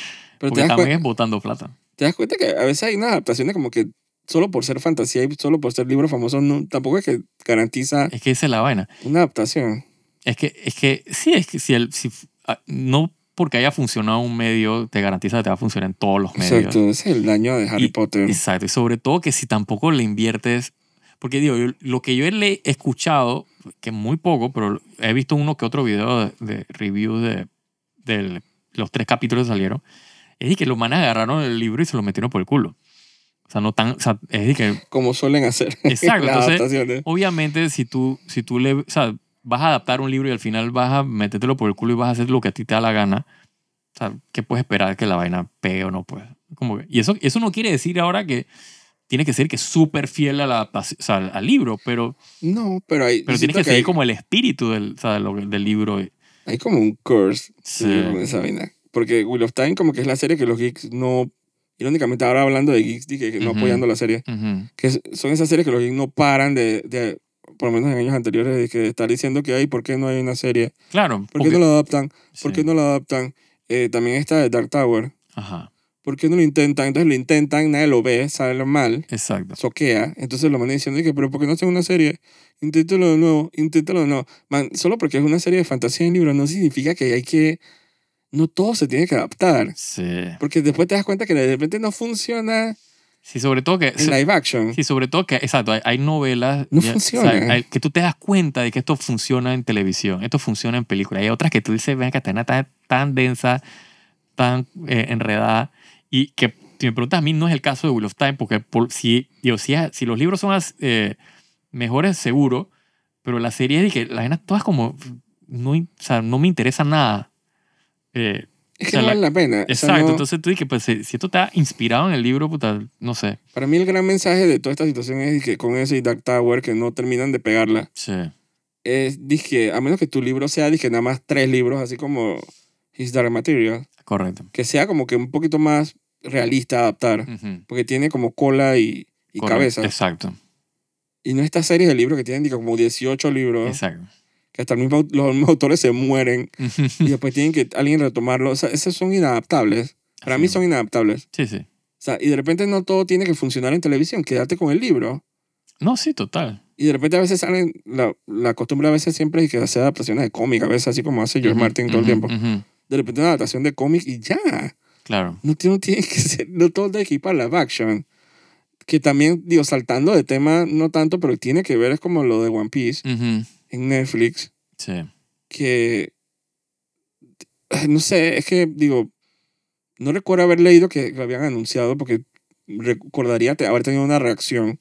B: Porque
A: das,
B: también
A: cuen-
B: es botando plata.
A: te das cuenta que a veces hay unas adaptaciones como que solo por ser fantasía y solo por ser libro famoso, no, tampoco es que garantiza
B: Es que esa es la vaina.
A: una adaptación.
B: Es que, es que sí, es que si el, si, ah, no porque haya funcionado un medio, te garantiza que te va a funcionar en todos los medios.
A: Exacto, ese es el daño de Harry
B: Y-
A: Potter.
B: Exacto, y sobre todo que si tampoco le inviertes, porque digo, yo- lo que yo he le- he escuchado, que muy poco, pero he visto uno que otro video de, de review de, del- los tres capítulos que salieron, es de que los manes agarraron el libro y se lo metieron por el culo. O sea, no tan, o sea, es de que,
A: como suelen hacer
B: exacto,
A: las
B: entonces,
A: adaptaciones.
B: obviamente si tú, si tú le, o sea, vas a adaptar un libro y al final vas a metértelo por el culo y vas a hacer lo que a ti te da la gana, o sea, ¿qué puedes esperar que la vaina pegue o no? Pues, como que- y eso, eso no quiere decir ahora que tiene que ser que es súper fiel a la adaptación, o sea, al- al libro, pero,
A: No, pero hay,
B: pero
A: yo
B: tienes
A: siento
B: que seguir
A: hay,
B: como el espíritu del, o sea, de lo- del libro. eh,
A: hay como un curse
B: Sí.
A: sí, pues. con esa vaina. Porque Wheel of Time como que es la serie que los geeks no... Irónicamente, ahora hablando de geeks, dije que no
B: Ujú.
A: apoyando la serie,
B: Ujú.
A: que es- son esas series que los geeks no paran de, de, por lo menos en años anteriores, de que estar diciendo que hay, ¿por qué no hay una serie?
B: Claro.
A: ¿Por qué no la adaptan? ¿Por
B: sí.
A: qué no la adaptan? Eh, también está de Dark Tower.
B: Ajá,
A: ¿Por qué no lo intentan? Entonces lo intentan, nadie lo ve, sale mal.
B: exacto.
A: soquea. Entonces lo van diciendo, que, pero ¿por qué no hacen una serie? Inténtalo de nuevo, inténtalo de nuevo. Man, solo porque es una serie de fantasía en libro no significa que hay que... No todo se tiene que adaptar.
B: Sí.
A: Porque después te das cuenta que de repente no funciona
B: Sí, sobre todo que...
A: en live action.
B: Sí, sobre todo que, exacto, hay, hay novelas
A: No
B: o sea,
A: funciona.
B: hay- que tú te das cuenta de que esto funciona en televisión, esto funciona en película. Hay otras que tú dices, ven, que está tan, tan densa, tan eh, enredada, y que si me preguntas a mí no es el caso de Wheel of Time, porque por- si, digo, si, es- si los libros son as- eh, mejores, seguro, pero la serie es de que las vainas todas como, no, in- o sea, no me interesa nada. Eh,
A: Es que
B: o sea,
A: no
B: la-
A: vale la pena. O sea,
B: exacto,
A: no-
B: entonces tú dices, pues si, si esto está inspirado en el libro, puta, no sé.
A: para mí el gran mensaje de toda esta situación es que con eso y Dark Tower que no terminan de pegarla.
B: Sí,
A: Es, dije, a menos que tu libro sea, dije, nada más tres libros, así como His Dark Material,
B: correcto.
A: que sea como que un poquito más realista adaptar.
B: Ujú.
A: porque tiene como cola y, y
B: Correcto,
A: cabeza.
B: Exacto, y
A: Y no estas series de libros que tienen digo, como 18 libros,
B: exacto.
A: que hasta el mismo au- los mismos autores se mueren y después tienen que alguien retomarlo. O sea, esos son inadaptables. Para
B: Así
A: mí
B: mismo.
A: son inadaptables.
B: Sí, sí.
A: O sea, y de repente no todo tiene que funcionar en televisión. Quédate con el libro.
B: No, sí, total.
A: Y de repente a veces salen, la, la costumbre a veces siempre es que hacer adaptaciones de cómic, a veces así como hace George
B: Ujú,
A: Martin todo el tiempo.
B: ujú, ujú.
A: De repente una adaptación de cómic y ya.
B: Claro.
A: No, ti- no tiene que ser, no todo tiene que ir para live action. Que también, digo, saltando de tema, no tanto, pero tiene que ver, es como lo de One Piece
B: Ujú,
A: en Netflix,
B: Sí.
A: que, no sé, es que, digo, No recuerdo haber leído que lo habían anunciado porque recordaría te- haber tenido una reacción.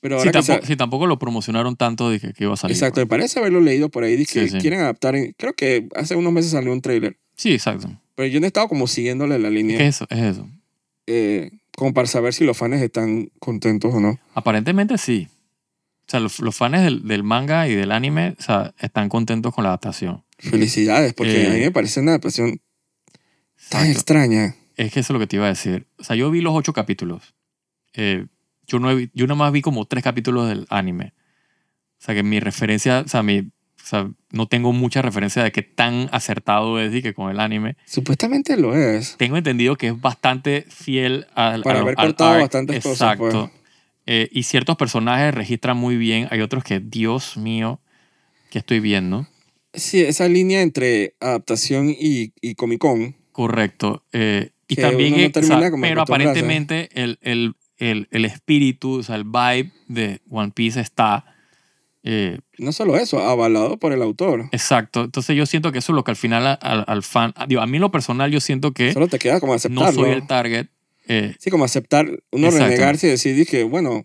A: Pero ahora
B: Si
A: que sa-
B: tampoco, sí, tampoco lo promocionaron tanto, dije que iba a salir.
A: Exacto, me parece haberlo leído por ahí. Dice
B: Sí,
A: que
B: sí.
A: quieren adaptar. en- creo que hace unos meses salió un tráiler.
B: pues. Sí, exacto.
A: Pero yo no he estado como siguiéndole la
B: Es
A: línea.
B: que eso, es eso.
A: eh, como para saber si los fans están contentos o no.
B: Aparentemente sí. O sea, los, los fans del, del manga y del anime o sea, están contentos con la adaptación.
A: Felicidades, porque
B: Eh.
A: a mí me parece una adaptación tan
B: Exacto.
A: extraña.
B: Es que eso es lo que te iba a decir. O sea, yo vi los ocho capítulos. Eh, yo, no he vi- yo nada más vi como tres capítulos del anime. O sea, que mi referencia, o sea, mi, o sea, no tengo mucha referencia de qué tan acertado es y que con el anime.
A: Supuestamente lo es.
B: Tengo entendido que es bastante fiel al.
A: Para
B: al-
A: haber
B: al
A: cortado
B: art.
A: bastantes cosas, pues.
B: Exacto. Eh, y ciertos personajes registran muy bien. Hay otros que, Dios mío, que estoy viendo.
A: Sí, esa línea entre adaptación y, y Comic Con.
B: Correcto. Eh, y
A: Que
B: también,
A: uno no
B: o sea,
A: termina como
B: pero
A: acostumbrarse.
B: aparentemente el, el, el, el espíritu, o sea, el vibe de One Piece está eh,
A: No solo eso, avalado por el autor.
B: exacto. Entonces yo siento que eso es lo que al final a- al, al fan, a- digo, a mí en lo personal yo siento que
A: Solo te queda como
B: Eh. no
A: aceptarlo.
B: soy el target. eh,
A: Sí, como aceptar, uno
B: Exacto. Eh.
A: renegarse y decir que, bueno,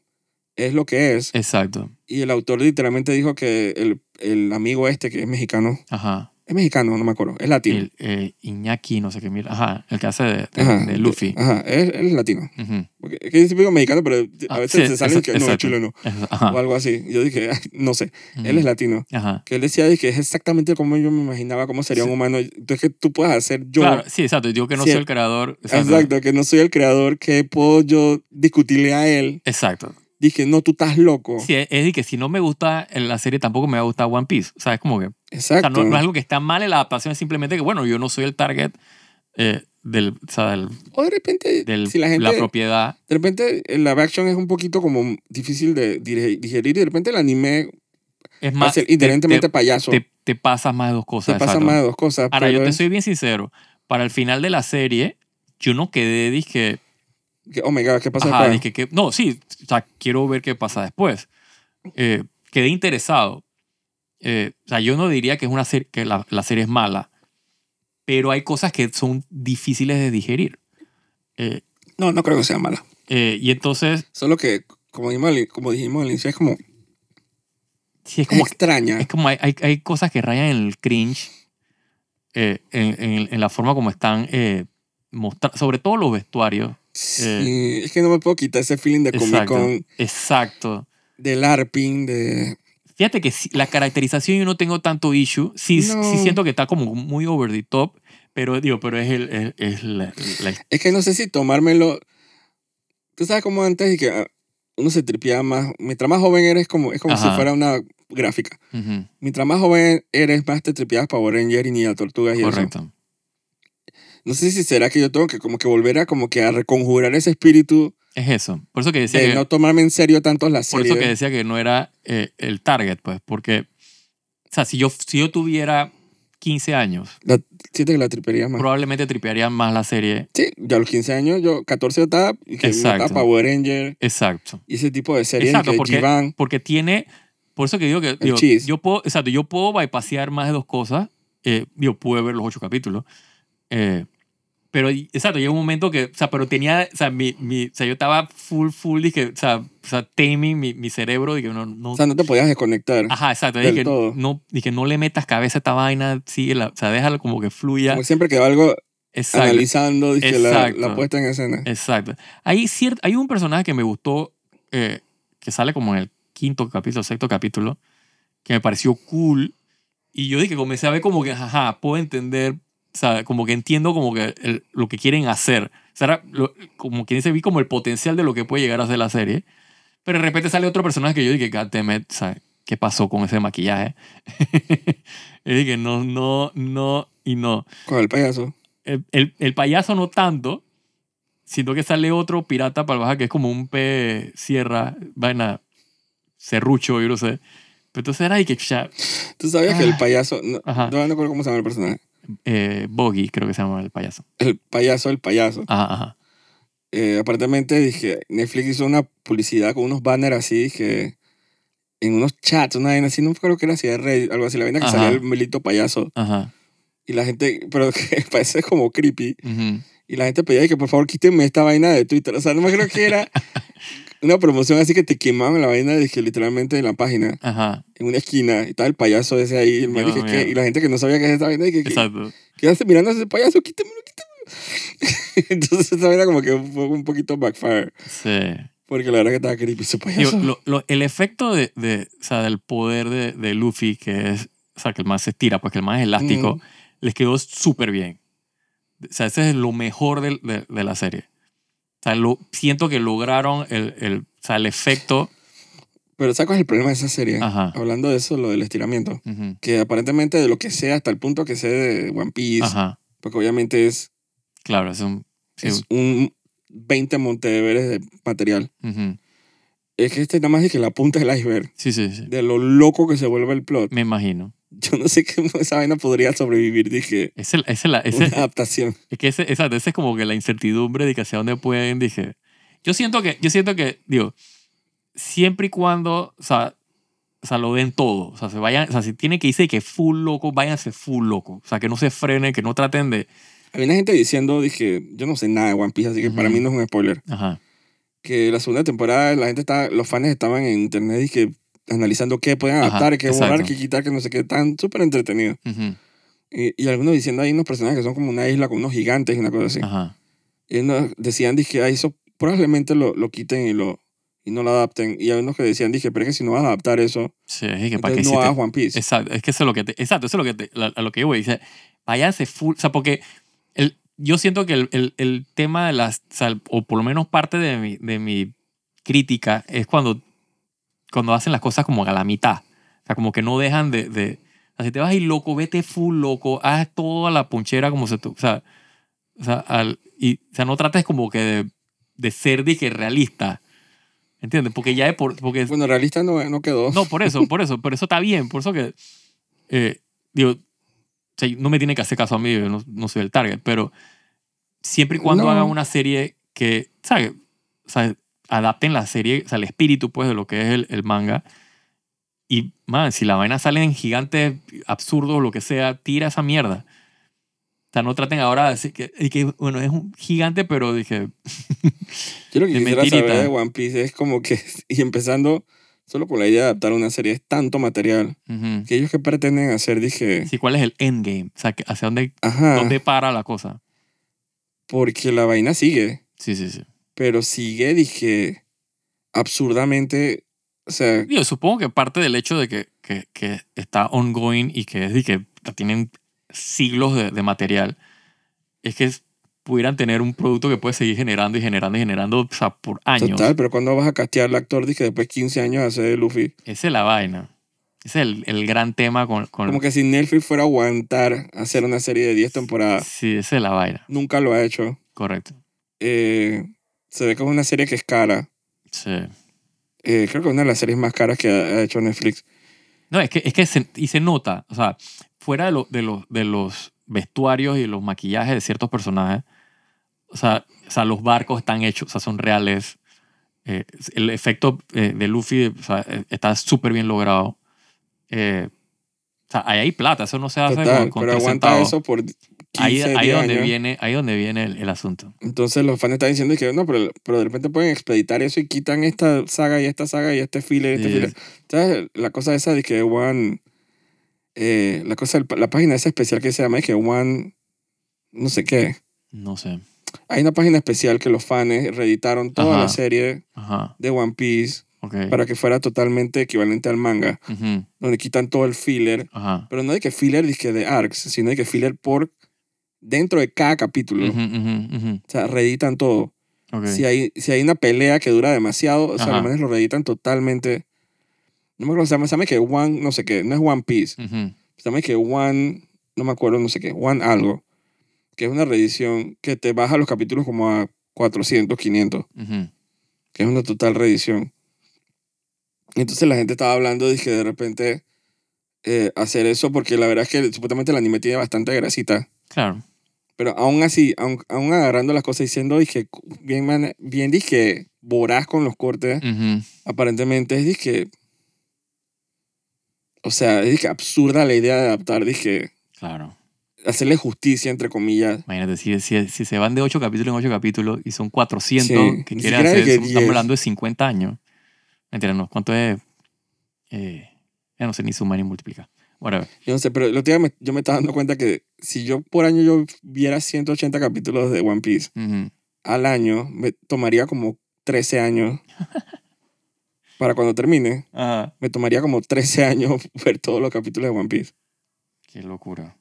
A: es lo que es.
B: exacto.
A: Y el autor literalmente dijo que el, el amigo este, que es mexicano,
B: Ajá.
A: es mexicano, no me acuerdo, es latino.
B: El, eh, Iñaki, no sé qué mira. Ajá, el que hace de, de-
A: Ajá,
B: de Luffy.
A: Ajá, él, él es latino.
B: Ujú.
A: Porque es que yo siempre digo mexicano, pero a
B: Ah,
A: veces
B: sí,
A: se salen
B: esa-
A: que no, es
B: exacto. Ah.
A: chileno
B: Eso, Ajá.
A: o algo así. Yo dije, no sé, él
B: Ujú.
A: es latino.
B: Ajá.
A: Que él decía de que es exactamente como yo me imaginaba cómo sería
B: Sí.
A: un humano. Entonces, que tú puedas hacer yo.
B: Claro, sí, exacto. Digo que no
A: Sí.
B: soy el creador.
A: Exacto, que no soy el creador, que puedo yo discutirle a él.
B: Exacto.
A: Dije, no, tú estás loco.
B: Sí, es es de que si no me gusta la serie, tampoco me va a gustar One Piece. O sea, es como que. o sea,
A: Exacto.
B: no, no es algo que está mal en la adaptación, es simplemente que, bueno, yo no soy el target eh, del, o sea, del,
A: O de repente,
B: del-
A: si la gente.
B: la propiedad.
A: de repente, eh, la action es un poquito como difícil de dire- digerir y de repente el anime
B: Es
A: va a
B: más.
A: ser
B: te-
A: inherentemente
B: te,
A: payaso.
B: te- te pasas más de dos
A: Se
B: cosas.
A: pasa
B: exacto.
A: más de dos cosas.
B: Ahora, yo
A: pero
B: te
A: es
B: soy bien sincero. Para el final de la serie, yo no quedé, dije.
A: que, oh my God, ¿qué pasa
B: Ajá,
A: acá?
B: dije que. No, sí, o sea, quiero ver qué pasa después. Eh, quedé interesado. Eh, o sea, yo no diría que, es una serie, que la, la serie es mala, pero hay cosas que son difíciles de digerir. Eh,
A: No, no creo que sea mala.
B: eh, y entonces,
A: Solo que, como dijimos, al- como dijimos al inicio, es como,
B: sí, es como,
A: extraña.
B: es como hay, hay, hay cosas que rayan en el cringe, eh, en, en- en la forma como están eh, mostrando, sobre todo los vestuarios.
A: Sí, es que no me puedo quitar ese feeling de Comic
B: Eh. Exacto.
A: Con,
B: Exacto.
A: del arping, de...
B: Fíjate que sí, la caracterización yo no tengo tanto issue. Sí,
A: No.
B: sí siento que está como muy over the top, pero digo, pero es el, el- es la, la-
A: Es que no sé si tomármelo... Tú sabes como antes y que ah, uno se tripeaba más. Mientras más joven eres, como, es como si
B: Ajá.
A: fuera una gráfica.
B: Ujú,
A: Mientras más joven eres, más te tripeabas Power Ranger y ni a Tortugas y eso.
B: correcto.
A: No sé si será que yo tengo que como que volver a como que a reconjurar ese espíritu
B: Es eso. Por eso que decía
A: de
B: que
A: no tomarme en serio tanto la
B: por
A: serie.
B: eso que decía que no era eh, el target, pues, porque o sea, si yo si yo tuviera 15 años,
A: Siento que la tripería más.
B: probablemente tripearía más la serie.
A: Sí, yo a los 15 años, yo 14 yo estaba, y que
B: Exacto.
A: estaba Power Ranger
B: Exacto.
A: y ese tipo de series
B: Exacto,
A: y que
B: porque-
A: G-Van.
B: porque tiene por eso que digo que digo,
A: cheese.
B: yo puedo exacto yo puedo bypassear más de dos cosas eh, yo pude ver los ocho capítulos eh, pero y- exacto llega un momento que o sea pero tenía o sea mi, mi- o sea, yo estaba full full dije o sea, o sea taming mi, mi cerebro dije no no
A: O sea, no te podías desconectar.
B: ajá exacto
A: del
B: dije
A: todo.
B: no dije no le metas cabeza a esta vaina sí la- o sea déjala como que fluya
A: Como siempre quedó algo
B: exacto
A: analizando dije, la,
B: Exacto. Eh.
A: la puesta en escena.
B: Exacto. Hay, cier- hay un personaje que me gustó, eh, que sale como en el quinto capítulo, sexto capítulo, que me pareció cool. Y yo dije, comencé a ver como que, ajá, puedo entender, o sea, como que entiendo como que el- lo que quieren hacer. O sea, era lo- como quien dice, vi como el potencial de lo que puede llegar a ser la serie. Pero de repente sale otro personaje que yo dije, God damn it", o sea, ¿qué pasó con ese maquillaje? y dije, no, no, no y no
A: Con el payaso.
B: el, el- el payaso no tanto, sino que sale otro pirata baja que es como un pez sierra, vaina, serrucho, yo no sé. Pero entonces era y que cha-
A: Tú sabías que
B: Ah.
A: el payaso. No,
B: Ajá.
A: no me acuerdo cómo se llama el personaje.
B: eh, Boggy, creo que se llama el payaso.
A: El payaso, el payaso.
B: Ajá, ajá.
A: Eh, aparentemente dije, Netflix hizo una publicidad con unos banners así, dije, en unos chats, una vaina así, no me acuerdo que era así de Reddit, algo así, la vaina que
B: Ajá.
A: salía el melito payaso.
B: Ajá.
A: Y la gente, pero que parece como creepy.
B: ujú.
A: y la gente pedía de que por favor quítenme esta vaina de Twitter. O sea, no me creo que era una promoción así que te quemaban la vaina de que literalmente en la página,
B: Ajá.
A: en una esquina, y estaba el payaso ese ahí, el man,
B: Dios
A: dije, ¿qué?
B: mío.
A: y la gente que no sabía qué es esta vaina, dije, ¿qué?
B: Exacto.
A: ¿qué hace mirando a ese payaso? Quítemelo, quítemelo. Entonces esa vaina como que fue un poquito backfire,
B: Sí.
A: porque la verdad que estaba creepy ese
B: Digo,
A: payaso.
B: lo- lo- el efecto de, de- o sea, del poder de, de Luffy, que es, o sea, que el más se estira, pues que el más es elástico,
A: Mm.
B: les quedó súper bien. O sea, ese es lo mejor del- de, de la serie. O sea, lo, siento que lograron el, el, o sea, el efecto.
A: Pero ¿sabes cuál es el problema de esa serie?
B: Ajá.
A: Hablando de eso, lo del estiramiento.
B: Ujú.
A: Que aparentemente de lo que sea, hasta el punto que sea de One Piece,
B: Ajá.
A: porque obviamente es,
B: Claro, es un. sí,
A: es un 20 monteveres de material.
B: ujú.
A: Es que este nada más es que la punta del iceberg,
B: sí, sí, sí.
A: de lo loco que se vuelve el plot.
B: Me imagino.
A: Yo no sé cómo esa vaina podría sobrevivir, dije,
B: Ese, ese, la- ese-
A: una adaptación.
B: Es que ese, esa, esa es como que la incertidumbre de que hacia dónde pueden, dije. Yo siento que, yo siento que, digo, siempre y cuando, o sea, o sea, lo den todo. O sea, se vayan, o sea, si tienen que irse que full loco, váyanse full loco. O sea, que no se frenen, que no traten de.
A: Había una gente diciendo, dije, yo no sé nada de One Piece, así que para
B: Ujú.
A: mí no es un spoiler.
B: Ajá.
A: Que la segunda temporada, la gente estaba, los fans estaban en internet y que analizando qué pueden
B: Ajá,
A: adaptar, qué borrar,
B: exacto.
A: qué quitar, qué no sé qué, tan súper entretenido.
B: ujú,
A: Y, y algunos diciendo, hay unos personajes que son como una isla con unos gigantes y una cosa así.
B: Ajá.
A: Y unos decían, dije, ah, eso probablemente lo, lo quiten y, lo, y no lo adapten. Y hay unos que decían, dije, pero es que si no vas a adaptar eso,
B: Sí, es que para qué
A: entonces no
B: hiciste-
A: hagas One Piece.
B: Exacto, es que eso es lo que te- exacto, eso es lo que te- la- a lo que yo voy. O sea, váyanse full, o sea, porque el, yo siento que el, el- el tema de las, o, sea, o por lo menos parte de mi, de mi crítica es cuando, cuando hacen las cosas como a la mitad. O sea, como que no dejan de, de o sea, si te vas a ir loco, vete full loco, haz toda la ponchera como se tú, o sea, o sea, al- y, o sea no trates como que de, de ser, dije, realista. ¿Entiendes? Porque ya es por, porque
A: Bueno, realista no, no quedó.
B: no, por eso, por eso, por eso está bien, por eso que, eh, digo, o sea, no me tiene que hacer caso a mí, yo no, no soy el target, pero siempre y cuando
A: No.
B: hagan una serie que, ¿sabes? O sea, adapten la serie, o sea, el espíritu, pues, de lo que es el, el manga. Y, man, si la vaina sale en gigantes absurdos, lo que sea, tira esa mierda. O sea, no traten ahora de decir que, y que, bueno, es un gigante, pero dije,
A: Yo lo que
B: de
A: quisiera
B: mentirita.
A: saber de One Piece es como que, y empezando solo por la idea de adaptar una serie, es tanto material
B: ujú.
A: que ellos que pretenden hacer, dije,
B: sí, ¿cuál es el endgame? O sea, que- ¿hacia dónde,
A: ajá,
B: dónde para la cosa?
A: porque la vaina sigue,
B: Sí, sí, sí.
A: pero sigue, dije, absurdamente, o sea,
B: Digo, supongo que parte del hecho de que, que, que está ongoing y que es de que tienen siglos de, de material es que es- pudieran tener un producto que puede seguir generando y generando y generando o sea, por años.
A: total, pero cuando vas a castear al actor, dije, después de 15 años hace de Luffy,
B: Esa es la vaina. Ese es el, el gran tema con... con-
A: como que si Netflix fuera a aguantar hacer una serie de 10 temporadas,
B: Sí, esa es la vaina.
A: nunca lo ha hecho,
B: Correcto.
A: Eh, se ve que es una serie que es cara,
B: Sí.
A: Eh, creo que es una de las series más caras que ha ha hecho Netflix.
B: No, es que, es que se, y se nota, o sea, fuera de, lo- de, los, de los vestuarios y los maquillajes de ciertos personajes, o sea, o sea, los barcos están hechos, o sea, son reales. Eh, el efecto eh, de Luffy o sea, eh, está súper bien logrado. Eh, o sea, ahí hay plata, eso no se hace
A: Total,
B: con, con
A: pero
B: tres
A: aguanta
B: centavos.
A: eso por 15,
B: ahí, ahí
A: 10
B: donde
A: años.
B: viene, ahí donde viene el, el asunto.
A: Entonces los fans están diciendo que no, pero, pero de repente pueden expeditar eso y quitan esta saga y esta saga y este filler y este
B: Sí,
A: filler. ¿Sabes? La cosa esa de que One... eh, la cosa, la página esa especial que se llama es que One... No sé qué.
B: no sé.
A: Hay una página especial que los fans reeditaron toda
B: Ajá.
A: la serie
B: Ajá,
A: de One Piece
B: ok.
A: para que fuera totalmente equivalente al manga,
B: Ujú,
A: donde quitan todo el filler.
B: Ajá.
A: Pero no de que filler dizque de arcs, sino de que filler por dentro de cada capítulo.
B: Ujú, ujú, ujú,
A: O sea, reeditan todo.
B: ok.
A: Si, hay, si hay una pelea que dura demasiado, o sea,
B: Ajá.
A: los manes lo reeditan totalmente. No me acuerdo, se llama, se llama que One, no sé qué, no es One Piece.
B: Ujú,
A: Se llama que One, no me acuerdo, no sé qué, One algo. Que es una reedición que te baja los capítulos como a 400, 500.
B: ujú.
A: Que es una total reedición. Entonces la gente estaba hablando de que de repente eh, hacer eso, porque la verdad es que supuestamente el anime tiene bastante grasita.
B: Claro.
A: Pero aún así, aún, aún agarrando las cosas diciendo, dije, bien, man- bien dije, voraz con los cortes,
B: Ujú.
A: aparentemente es dije o sea es dizque absurda la idea de adaptar dije
B: Claro.
A: hacerle justicia, entre comillas.
B: Imagínate, si, si, si se van de 8 capítulos en 8 capítulos y son 400
A: Sí,
B: que
A: ni siquiera
B: quiere hacer,
A: de que
B: son- estamos
A: 10.
B: hablando de 50 años. Mentira, no, ¿cuánto es? Eh, ya no sé ni sumar ni multiplicar. Whatever.
A: Yo no sé, pero el otro día me- yo me estaba dando cuenta que si yo por año yo viera 180 capítulos de One Piece
B: Ujú.
A: al año, me tomaría como 13 años. Para cuando termine,
B: Ajá.
A: me tomaría como 13 años ver todos los capítulos de One Piece.
B: Qué locura.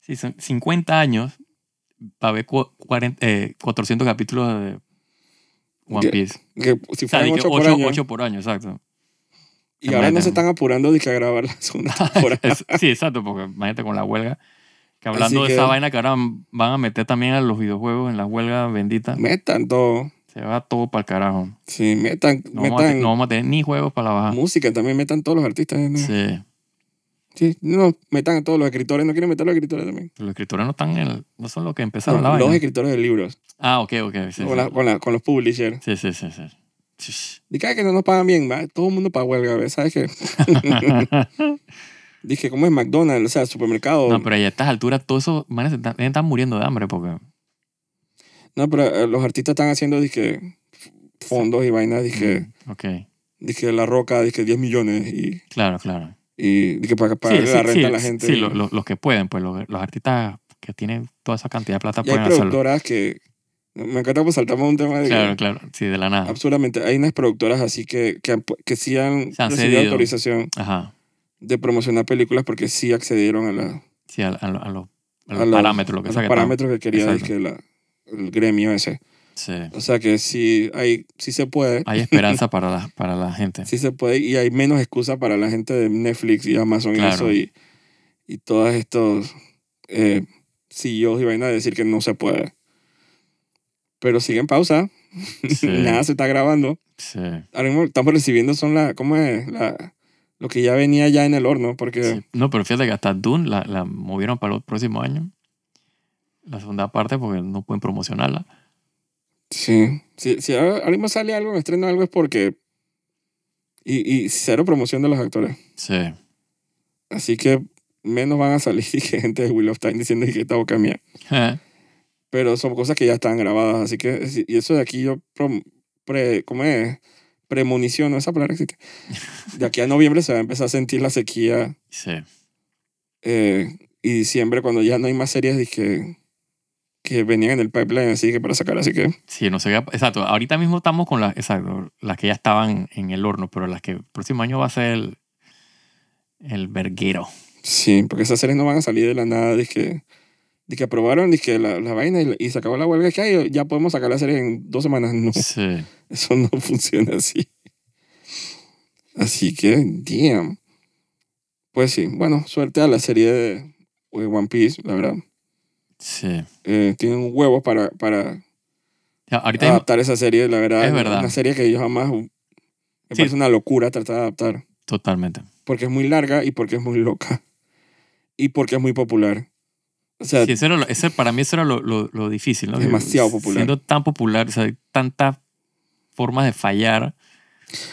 B: Sí, son 50 años para ver cu- 40, eh, 400 capítulos de One
A: Ya,
B: Piece.
A: Que si
B: O sea,
A: fueran
B: de que
A: 8 por
B: 8,
A: año.
B: por año, exacto.
A: y ahora no
B: imagínate.
A: se están apurando de que a grabar la segunda temporada.
B: Es- sí, exacto, porque imagínate con la huelga. Que hablando
A: Así
B: de
A: que-
B: esa vaina que ahora van a meter también a los videojuegos en la huelga bendita,
A: metan todo.
B: se va todo para el carajo.
A: Sí, metan,
B: No vamos, a, te-
A: metan
B: no vamos a tener ni juegos para la baja.
A: música, también metan todos los artistas. ¿no?
B: Sí,
A: Sí, no, metan a todos los escritores, no quieren meter a los escritores también.
B: pero los escritores no, están en el- no son los que empezaron la
A: los,
B: vaina.
A: escritores de libros,
B: Ah, ok, ok. Sí,
A: con, la- con la- con los publishers.
B: sí, sí, sí, sí, sí. sí.
A: Dije que no nos pagan bien, ma, todo el mundo para huelga, ¿ves? ¿sabes qué? Dije, ¿cómo es McDonald's? O sea, supermercado.
B: no, pero ahí a estas alturas todos esos manes están, están muriendo de hambre porque...
A: eh, los artistas están haciendo, dije, fondos y vainas, dije,
B: Mm, ok,
A: dije La Roca, dije 10 millones y,
B: claro, claro.
A: y dije, para pagarle la renta a la gente.
B: sí, lo- lo- los que pueden, pues los, los artistas que tienen toda esa cantidad de plata
A: y hay
B: Ah, pueden hacerlo.
A: productoras que, me encanta pues saltamos un tema de que-
B: Claro, claro, sí, de la nada.
A: Absurdamente, hay unas productoras así que, que, han pu- que sí han,
B: Se han
A: recibido
B: cedido.
A: autorización
B: Ajá,
A: de promocionar películas porque sí accedieron a, la-
B: sí, a, a lo- a los, a
A: a
B: los
A: los-
B: parámetros, lo que
A: a
B: sea
A: los
B: que
A: parámetros que quería
B: Exacto.
A: dizque, la- el gremio ese.
B: están. Sí.
A: O sea que sí, hay, sí se puede,
B: Hay esperanza para la, para la gente.
A: sí se puede y hay menos excusa para la gente de Netflix y Amazon
B: Claro.
A: y eso y, y todos estos eh, CEOs y vainas de decir que no se puede. Pero sigue en pausa,
B: Sí.
A: nada se está grabando.
B: Sí,
A: ahora mismo estamos recibiendo son la, ¿cómo es? La, lo que ya venía ya en el horno, porque
B: sí. No, pero fíjate que hasta Dune la, la movieron para el próximo año. La segunda parte, porque no pueden promocionarla.
A: sí, si, si ahora ahora mismo sale algo, estreno algo es porque... Y, y cero promoción de los actores.
B: Sí,
A: Así que menos van a salir gente de Will of Time diciendo que esta boca es mía. Pero son cosas que ya están grabadas, así que... sí, Y eso de aquí yo... prom- Pre, ¿Cómo es? Premoniciono, esa palabra existe. De aquí a noviembre se va a empezar a sentir la sequía
B: sí.
A: eh, y diciembre cuando ya no hay más series dizque, que venían en el pipeline así que para sacar así que
B: Sí, no sé qué- Exacto. Ahorita mismo estamos con las, exacto, las que ya estaban en el horno, pero las que el próximo año va a ser el, el verguero.
A: sí porque esas series no van a salir de la nada dizque que aprobaron dizque la, la vaina y, y se acabó la huelga que hay ya podemos sacar la serie en dos semanas no
B: Sí.
A: eso no funciona así así que damn pues sí bueno suerte a la serie de de One Piece la verdad
B: Sí.
A: Eh, tienen huevos para para
B: O sea, ahorita mismo-
A: Ah, adaptar esa serie la verdad
B: Es verdad.
A: una serie que yo jamás me
B: Sí.
A: parece una locura tratar de adaptar
B: totalmente.
A: porque es muy larga y porque es muy loca y porque es muy popular. O sea,
B: Sí, eso era lo- ese- para mí eso era lo, lo- lo difícil, ¿no?
A: Demasiado popular.
B: Siendo tan popular, o sea, hay tantas formas de fallar.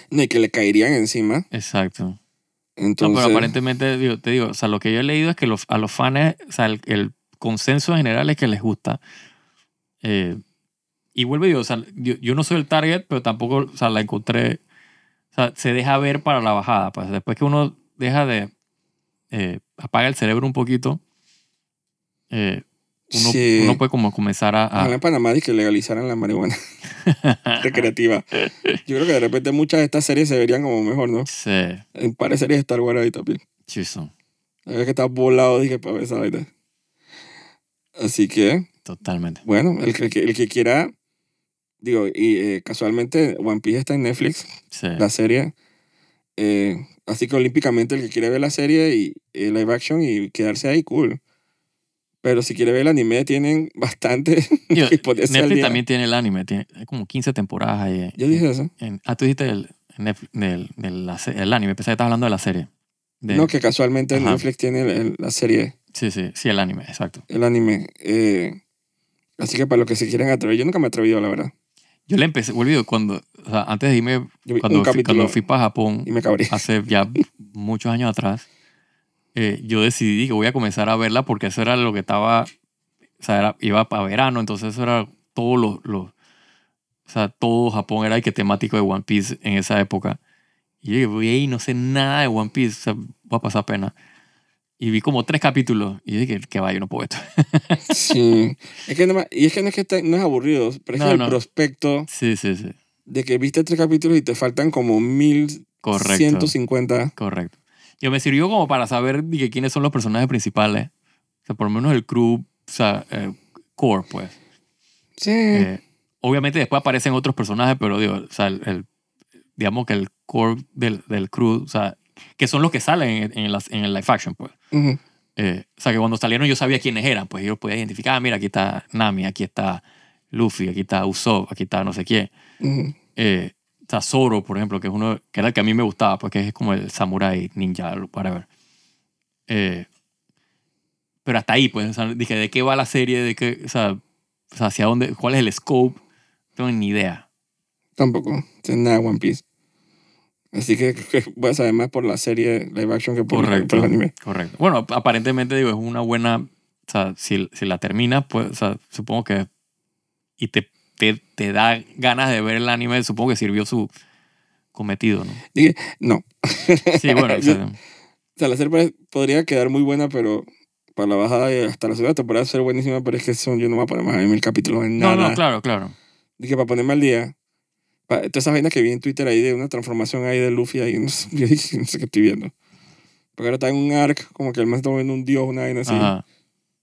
A: no, y que le caerían encima.
B: Exacto. No,
A: Entonces,
B: pero aparentemente, digo, te digo, o sea, lo que yo he leído es que los, a los fans, o sea, el, el consenso general es que les gusta. Eh, y vuelvo y digo, o sea, yo, yo no soy el target, pero tampoco, o sea, la encontré, o sea, se deja ver para la bajada. Pues después que uno deja de, eh, apaga el cerebro un poquito, eh, uno,
A: sí.
B: uno puede ah. como comenzar a... a-
A: Ojalá en Panamá y que legalizaran la marihuana recreativa. Yo creo que de repente muchas de estas series se verían como mejor, ¿no?
B: sí,
A: En pares series de Star Wars ahí también.
B: chiso,
A: La verdad que está volado, dije, para ver esa vaina. Así que,
B: totalmente.
A: bueno, el que, el que quiera, digo, y eh, casualmente One Piece está en Netflix.
B: Sí,
A: la serie. Eh, así que olímpicamente el que quiere ver la serie y el live action y quedarse ahí, cool. Pero si quiere ver el anime, tienen bastante.
B: Digo,
A: que ponerse al
B: Netflix
A: día.
B: también tiene el anime, tiene hay como 15 temporadas ahí. eh.
A: Yo dije eso.
B: En- ah, tú dijiste el, Netflix- del, del- la se- el anime, pensé que estabas hablando de la serie. De-
A: No, que casualmente
B: Ajá.
A: Netflix tiene el- el- la serie,
B: Sí, sí, sí, el anime, exacto.
A: el anime. Eh, así que para los que se quieran atrever, yo nunca me he atrevido, la verdad.
B: Yo le empecé, volví cuando, o sea, antes de irme,
A: Yo vi
B: cuando Ah.
A: un
B: fui,
A: capítulo
B: cuando fui para Japón,
A: y me cabré.
B: hace ya muchos años atrás, eh, yo decidí que voy a comenzar a verla porque eso era lo que estaba, o sea, era- iba para verano, entonces eso era todos los, los- o sea, todo Japón era el que temático de One Piece en esa época. Y yo dije, voy ahí, no sé nada de One Piece, o sea, voy a pasar pena. Y vi como tres capítulos y dije, que va, yo no puedo esto.
A: Sí. Es que nada más- y es que no es que está- no es aburrido, pero es
B: No,
A: que el
B: no.
A: prospecto
B: sí, sí, sí,
A: de que viste tres capítulos y te faltan como mil
B: correcto.
A: 150.
B: Correcto. Yo me sirvió como para saber dije, quiénes son los personajes principales. O sea, por lo menos el crew, o sea, eh, core, pues.
A: Sí.
B: Eh, obviamente después aparecen otros personajes, pero digo, o sea, el, el- digamos que el core del, del crew, o sea, que son los que salen en, en las, en el live action, pues.
A: Ujú.
B: Eh, o sea, que cuando salieron yo sabía quiénes eran, pues yo podía identificar, ah, mira, aquí está Nami, aquí está Luffy, aquí está Usopp, aquí está no sé quién.
A: Ujú.
B: Eh, o sea, Zoro, por ejemplo, que es uno que era el que a mí me gustaba, porque es como el samurai ninja, whatever. Eh, pero hasta ahí, pues, o sea, dije, ¿de qué va la serie? ¿De qué, o sea, o sea, hacia dónde, cuál es el scope? No tengo ni idea.
A: Tampoco. Sí, Nada One Piece. Así que creo que vas a saber más por la serie live action que por,
B: Correcto.
A: por el anime.
B: Correcto. Bueno, aparentemente, digo, es una buena, o sea, si, si la terminas, pues, o sea, supongo que, y te, te, te da ganas de ver el anime, supongo que sirvió su cometido, ¿no?
A: Dije, no.
B: Sí, bueno, o sea,
A: O sea, la serie pare- podría quedar muy buena, pero para la bajada y hasta la segunda temporada ser buenísima, pero es que son, yo no me voy a poner más de mil capítulos en
B: no,
A: nada.
B: no, claro, claro.
A: Dije, para ponerme al día, pa- todas esas vainas que vi en Twitter ahí de una transformación ahí de Luffy, ahí no sé, yo dije, no sé qué estoy viendo. Porque ahora está en un arc, como que el man está viendo un dios, una vaina así.
B: Ajá.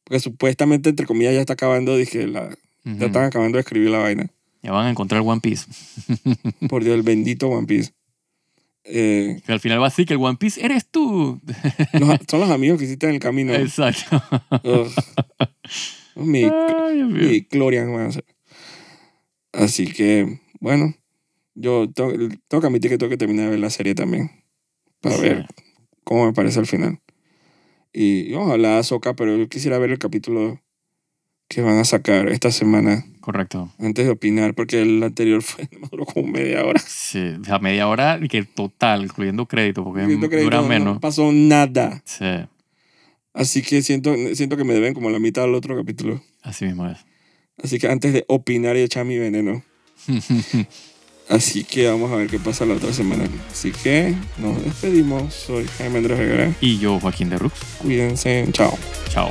A: Porque supuestamente, entre comillas, ya está acabando, dije, la,
B: Ujú.
A: ya están acabando de escribir la vaina.
B: Ya van a encontrar One Piece.
A: Por Dios, el bendito One Piece. Eh,
B: Que al final va así, que el One Piece eres tú.
A: los- son los amigos que hiciste en el camino.
B: Exacto.
A: Ugh. Mi,
B: Ay, Ah, Dios mío.
A: mi Glorian van a ser. Así que, bueno, yo tengo, tengo que admitir que tengo que terminar de ver la serie también. Para
B: Sí.
A: ver cómo me parece al final. Y, y ojalá Soca, pero yo quisiera ver el capítulo que van a sacar esta semana
B: Correcto.
A: antes de opinar, porque el anterior fue me duró como media hora.
B: Sí, o sea, media hora y que total, incluyendo crédito, porque
A: Siento que
B: dura
A: no-
B: menos.
A: no pasó nada.
B: Sí,
A: Así que siento, siento que me deben como la mitad del otro capítulo.
B: así mismo es.
A: Así que antes de opinar y echar mi veneno. Así que vamos a ver qué pasa la otra semana. Así que nos despedimos. Soy Jaime Andrés Vergara.
B: y yo, Joaquín de Rux.
A: Cuídense. Chao.
B: Chao.